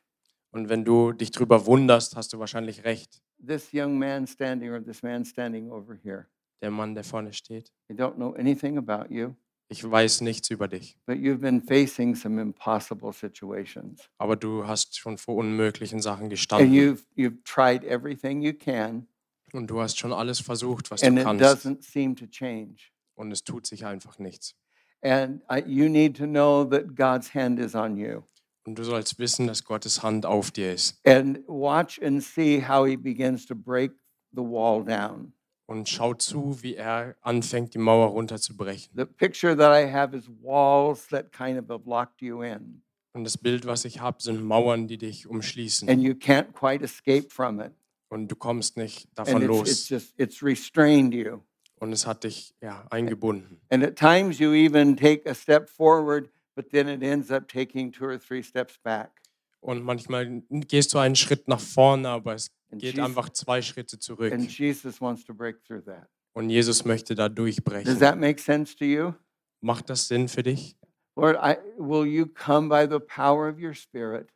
[SPEAKER 2] Und wenn du dich drüber wunderst, hast du wahrscheinlich recht.
[SPEAKER 1] This young man standing or this man standing over here,
[SPEAKER 2] Der Mann, der vorne steht.
[SPEAKER 1] they don't know anything about you,
[SPEAKER 2] Ich weiß nichts über dich,
[SPEAKER 1] but you've been facing some impossible situations.
[SPEAKER 2] aber du hast schon vor unmöglichen Sachen
[SPEAKER 1] And
[SPEAKER 2] gestanden.
[SPEAKER 1] you've, you've tried everything you can,
[SPEAKER 2] Und du hast schon alles versucht, was du
[SPEAKER 1] and it
[SPEAKER 2] kannst.
[SPEAKER 1] doesn't seem to change.
[SPEAKER 2] Und es tut sich einfach nichts.
[SPEAKER 1] And I, you need to know that God's hand is on you.
[SPEAKER 2] Und du sollst wissen, dass Gottes Hand auf dir ist.
[SPEAKER 1] And watch and see how He begins to break the wall down.
[SPEAKER 2] Und schau zu, wie er anfängt, die Mauer runterzubrechen.
[SPEAKER 1] The picture that I have is walls that kind of have locked you in,
[SPEAKER 2] Und das Bild, was ich habe, sind Mauern, die dich umschließen.
[SPEAKER 1] and you can't quite escape from it.
[SPEAKER 2] Und du kommst nicht davon
[SPEAKER 1] And it's, it's
[SPEAKER 2] los.
[SPEAKER 1] just, it's restrained you.
[SPEAKER 2] Und es hat dich ja, eingebunden.
[SPEAKER 1] And at times you even take a step forward, but then it ends up taking two or three steps back.
[SPEAKER 2] Und manchmal gehst du einen Schritt nach vorne, aber es
[SPEAKER 1] And
[SPEAKER 2] geht
[SPEAKER 1] Jesus-
[SPEAKER 2] einfach zwei Schritte zurück.
[SPEAKER 1] And Jesus wants to break through that.
[SPEAKER 2] Und Jesus möchte da
[SPEAKER 1] Does
[SPEAKER 2] durchbrechen.
[SPEAKER 1] that make sense to you?
[SPEAKER 2] Macht das Sinn für dich?
[SPEAKER 1] Lord, I, will you come by the power of your spirit?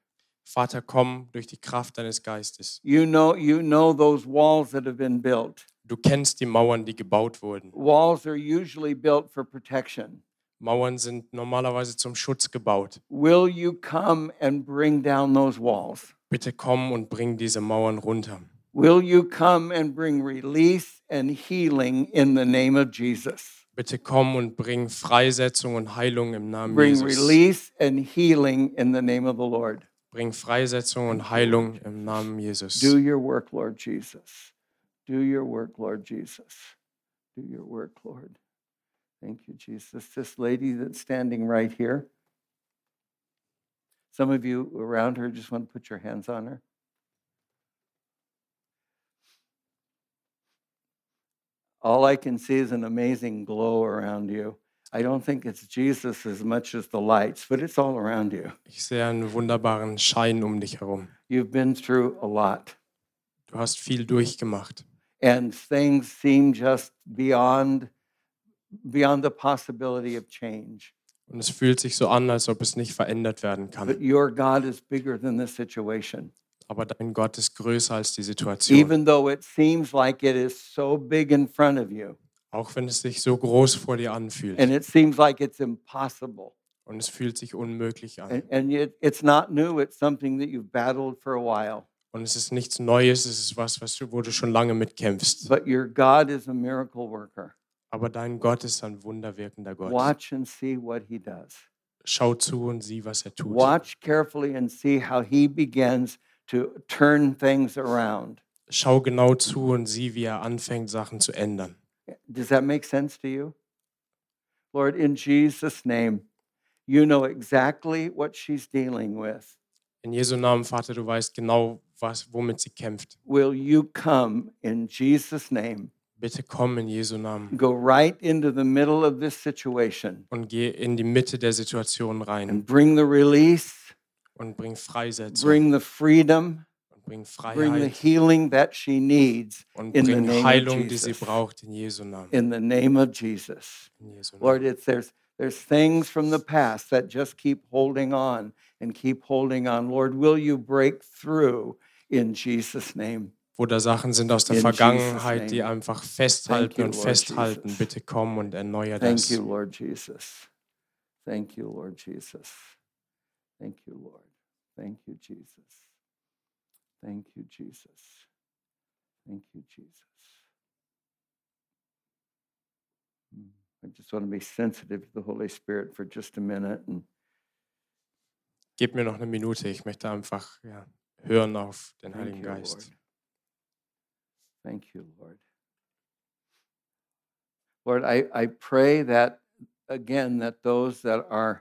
[SPEAKER 2] Vater, komm durch die Kraft deines Geistes.
[SPEAKER 1] You know, you know those walls that have been built.
[SPEAKER 2] Du kennst die Mauern, die gebaut wurden.
[SPEAKER 1] Walls are usually built for protection.
[SPEAKER 2] Mauern sind normalerweise zum Schutz gebaut.
[SPEAKER 1] Will you come and bring down those walls?
[SPEAKER 2] Bitte komm und bring diese Mauern runter.
[SPEAKER 1] Will you come and bring release and healing in the name of Jesus?
[SPEAKER 2] Bitte komm und bring Freisetzung und Heilung im Namen
[SPEAKER 1] Bring
[SPEAKER 2] Jesus.
[SPEAKER 1] release and healing in the name of the Lord.
[SPEAKER 2] Bring Freisetzung und Heilung im Namen Jesus.
[SPEAKER 1] Do your work, Lord Jesus. Do your work, Lord Jesus. Do your work, Lord. Thank you, Jesus. This lady that's standing right here, some of you around her just want to put your hands on her. All I can see is an amazing glow around you. I don't think it's Jesus as much as the lights, but it's all around you.
[SPEAKER 2] Ich sehe einen wunderbaren Schein um dich herum.
[SPEAKER 1] You've been through a lot.
[SPEAKER 2] Du hast viel durchgemacht.
[SPEAKER 1] and things seem just beyond beyond the possibility of change
[SPEAKER 2] Und es fühlt sich so an, als ob es nicht verändert werden
[SPEAKER 1] but
[SPEAKER 2] kann.
[SPEAKER 1] your god is bigger than this situation
[SPEAKER 2] Aber dein Gott ist größer als die Situation.
[SPEAKER 1] even though it seems like it is so big in front of you
[SPEAKER 2] auch wenn es sich so groß vor dir anfühlt.
[SPEAKER 1] and it seems like it's impossible.
[SPEAKER 2] Und es fühlt sich unmöglich
[SPEAKER 1] And,
[SPEAKER 2] an.
[SPEAKER 1] and it, it's not new, it's something that you've battled for a while.
[SPEAKER 2] Und es ist nichts Neues, es ist was, was du, wo du schon lange mitkämpfst.
[SPEAKER 1] But your God is a miracle worker.
[SPEAKER 2] Aber dein Gott ist ein wunderwirkender Gott.
[SPEAKER 1] Watch and see what he does.
[SPEAKER 2] Schau zu und sieh, was er tut.
[SPEAKER 1] Watch carefully and see how he begins to turn things around.
[SPEAKER 2] Schau genau zu und sieh, wie er anfängt, Sachen zu ändern.
[SPEAKER 1] Does that make sense to you? Lord, in Jesus' name, you know exactly what she's dealing with.
[SPEAKER 2] In Jesu Namen, Vater, du weißt genau, was, womit sie kämpft.
[SPEAKER 1] Will you come in Jesus' name?
[SPEAKER 2] Bitte komm in Jesu Namen
[SPEAKER 1] Go right into the middle of this situation
[SPEAKER 2] und geh in die Mitte der Situation rein
[SPEAKER 1] and bring the release,
[SPEAKER 2] und bring Freisetzung
[SPEAKER 1] bring the freedom,
[SPEAKER 2] und bring
[SPEAKER 1] bring the
[SPEAKER 2] Freiheit
[SPEAKER 1] healing that she needs
[SPEAKER 2] und
[SPEAKER 1] in the name
[SPEAKER 2] bring
[SPEAKER 1] of
[SPEAKER 2] Heilung, die sie
[SPEAKER 1] Jesus.
[SPEAKER 2] braucht, in Jesu Namen.
[SPEAKER 1] in the name of Jesus.
[SPEAKER 2] In Jesu Namen.
[SPEAKER 1] Lord, it's there's there's things from the past that just keep holding on and keep holding on. Lord, will you break through in Jesus' name?
[SPEAKER 2] Wo da Sachen sind aus der
[SPEAKER 1] In Jesus'
[SPEAKER 2] Vergangenheit, die
[SPEAKER 1] name.
[SPEAKER 2] einfach festhalten
[SPEAKER 1] you,
[SPEAKER 2] und
[SPEAKER 1] Lord
[SPEAKER 2] festhalten.
[SPEAKER 1] Jesus.
[SPEAKER 2] Bitte komm und erneuer
[SPEAKER 1] Thank
[SPEAKER 2] das.
[SPEAKER 1] you, Lord Jesus. Thank you, Lord Jesus. Thank you, Lord. Thank you, Jesus. Thank you, Jesus. Thank you, Jesus. Mm, I just want to be sensitive to the Holy Spirit for just a minute and
[SPEAKER 2] Gib mir noch eine Minute. Ich möchte einfach ja, hören auf den
[SPEAKER 1] Thank
[SPEAKER 2] Heiligen
[SPEAKER 1] you, Lord.
[SPEAKER 2] Geist.
[SPEAKER 1] Thank you, Lord. Lord, I, I pray that again, that those that are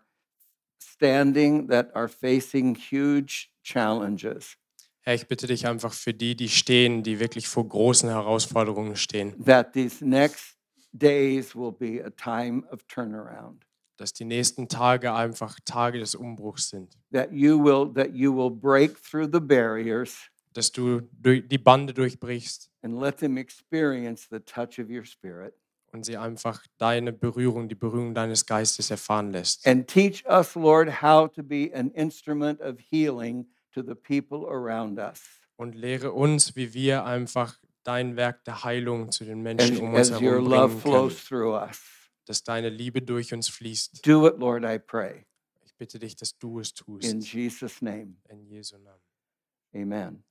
[SPEAKER 1] standing, that are facing huge challenges,
[SPEAKER 2] Herr, ich bitte dich einfach für die, die stehen, die wirklich vor großen Herausforderungen stehen,
[SPEAKER 1] that these next days will be a time of turnaround.
[SPEAKER 2] dass die nächsten Tage einfach Tage des Umbruchs sind,
[SPEAKER 1] That you will that you will break through the barriers
[SPEAKER 2] dass du durch die Bande durchbrichst
[SPEAKER 1] and let them experience the touch of your spirit.
[SPEAKER 2] und sie einfach deine Berührung, die Berührung deines Geistes erfahren lässt.
[SPEAKER 1] And teach us, Lord, how to be an instrument of healing to the people around us.
[SPEAKER 2] Und lehre uns, wie wir einfach dein Werk der Heilung zu den Menschen
[SPEAKER 1] And
[SPEAKER 2] um uns
[SPEAKER 1] as your
[SPEAKER 2] herum
[SPEAKER 1] love
[SPEAKER 2] bringen
[SPEAKER 1] flows
[SPEAKER 2] können,
[SPEAKER 1] through us,
[SPEAKER 2] dass deine Liebe durch uns fließt.
[SPEAKER 1] do it, Lord, I pray.
[SPEAKER 2] Ich bitte dich, dass du es tust.
[SPEAKER 1] In Jesus' name,
[SPEAKER 2] In Jesu Namen.
[SPEAKER 1] amen.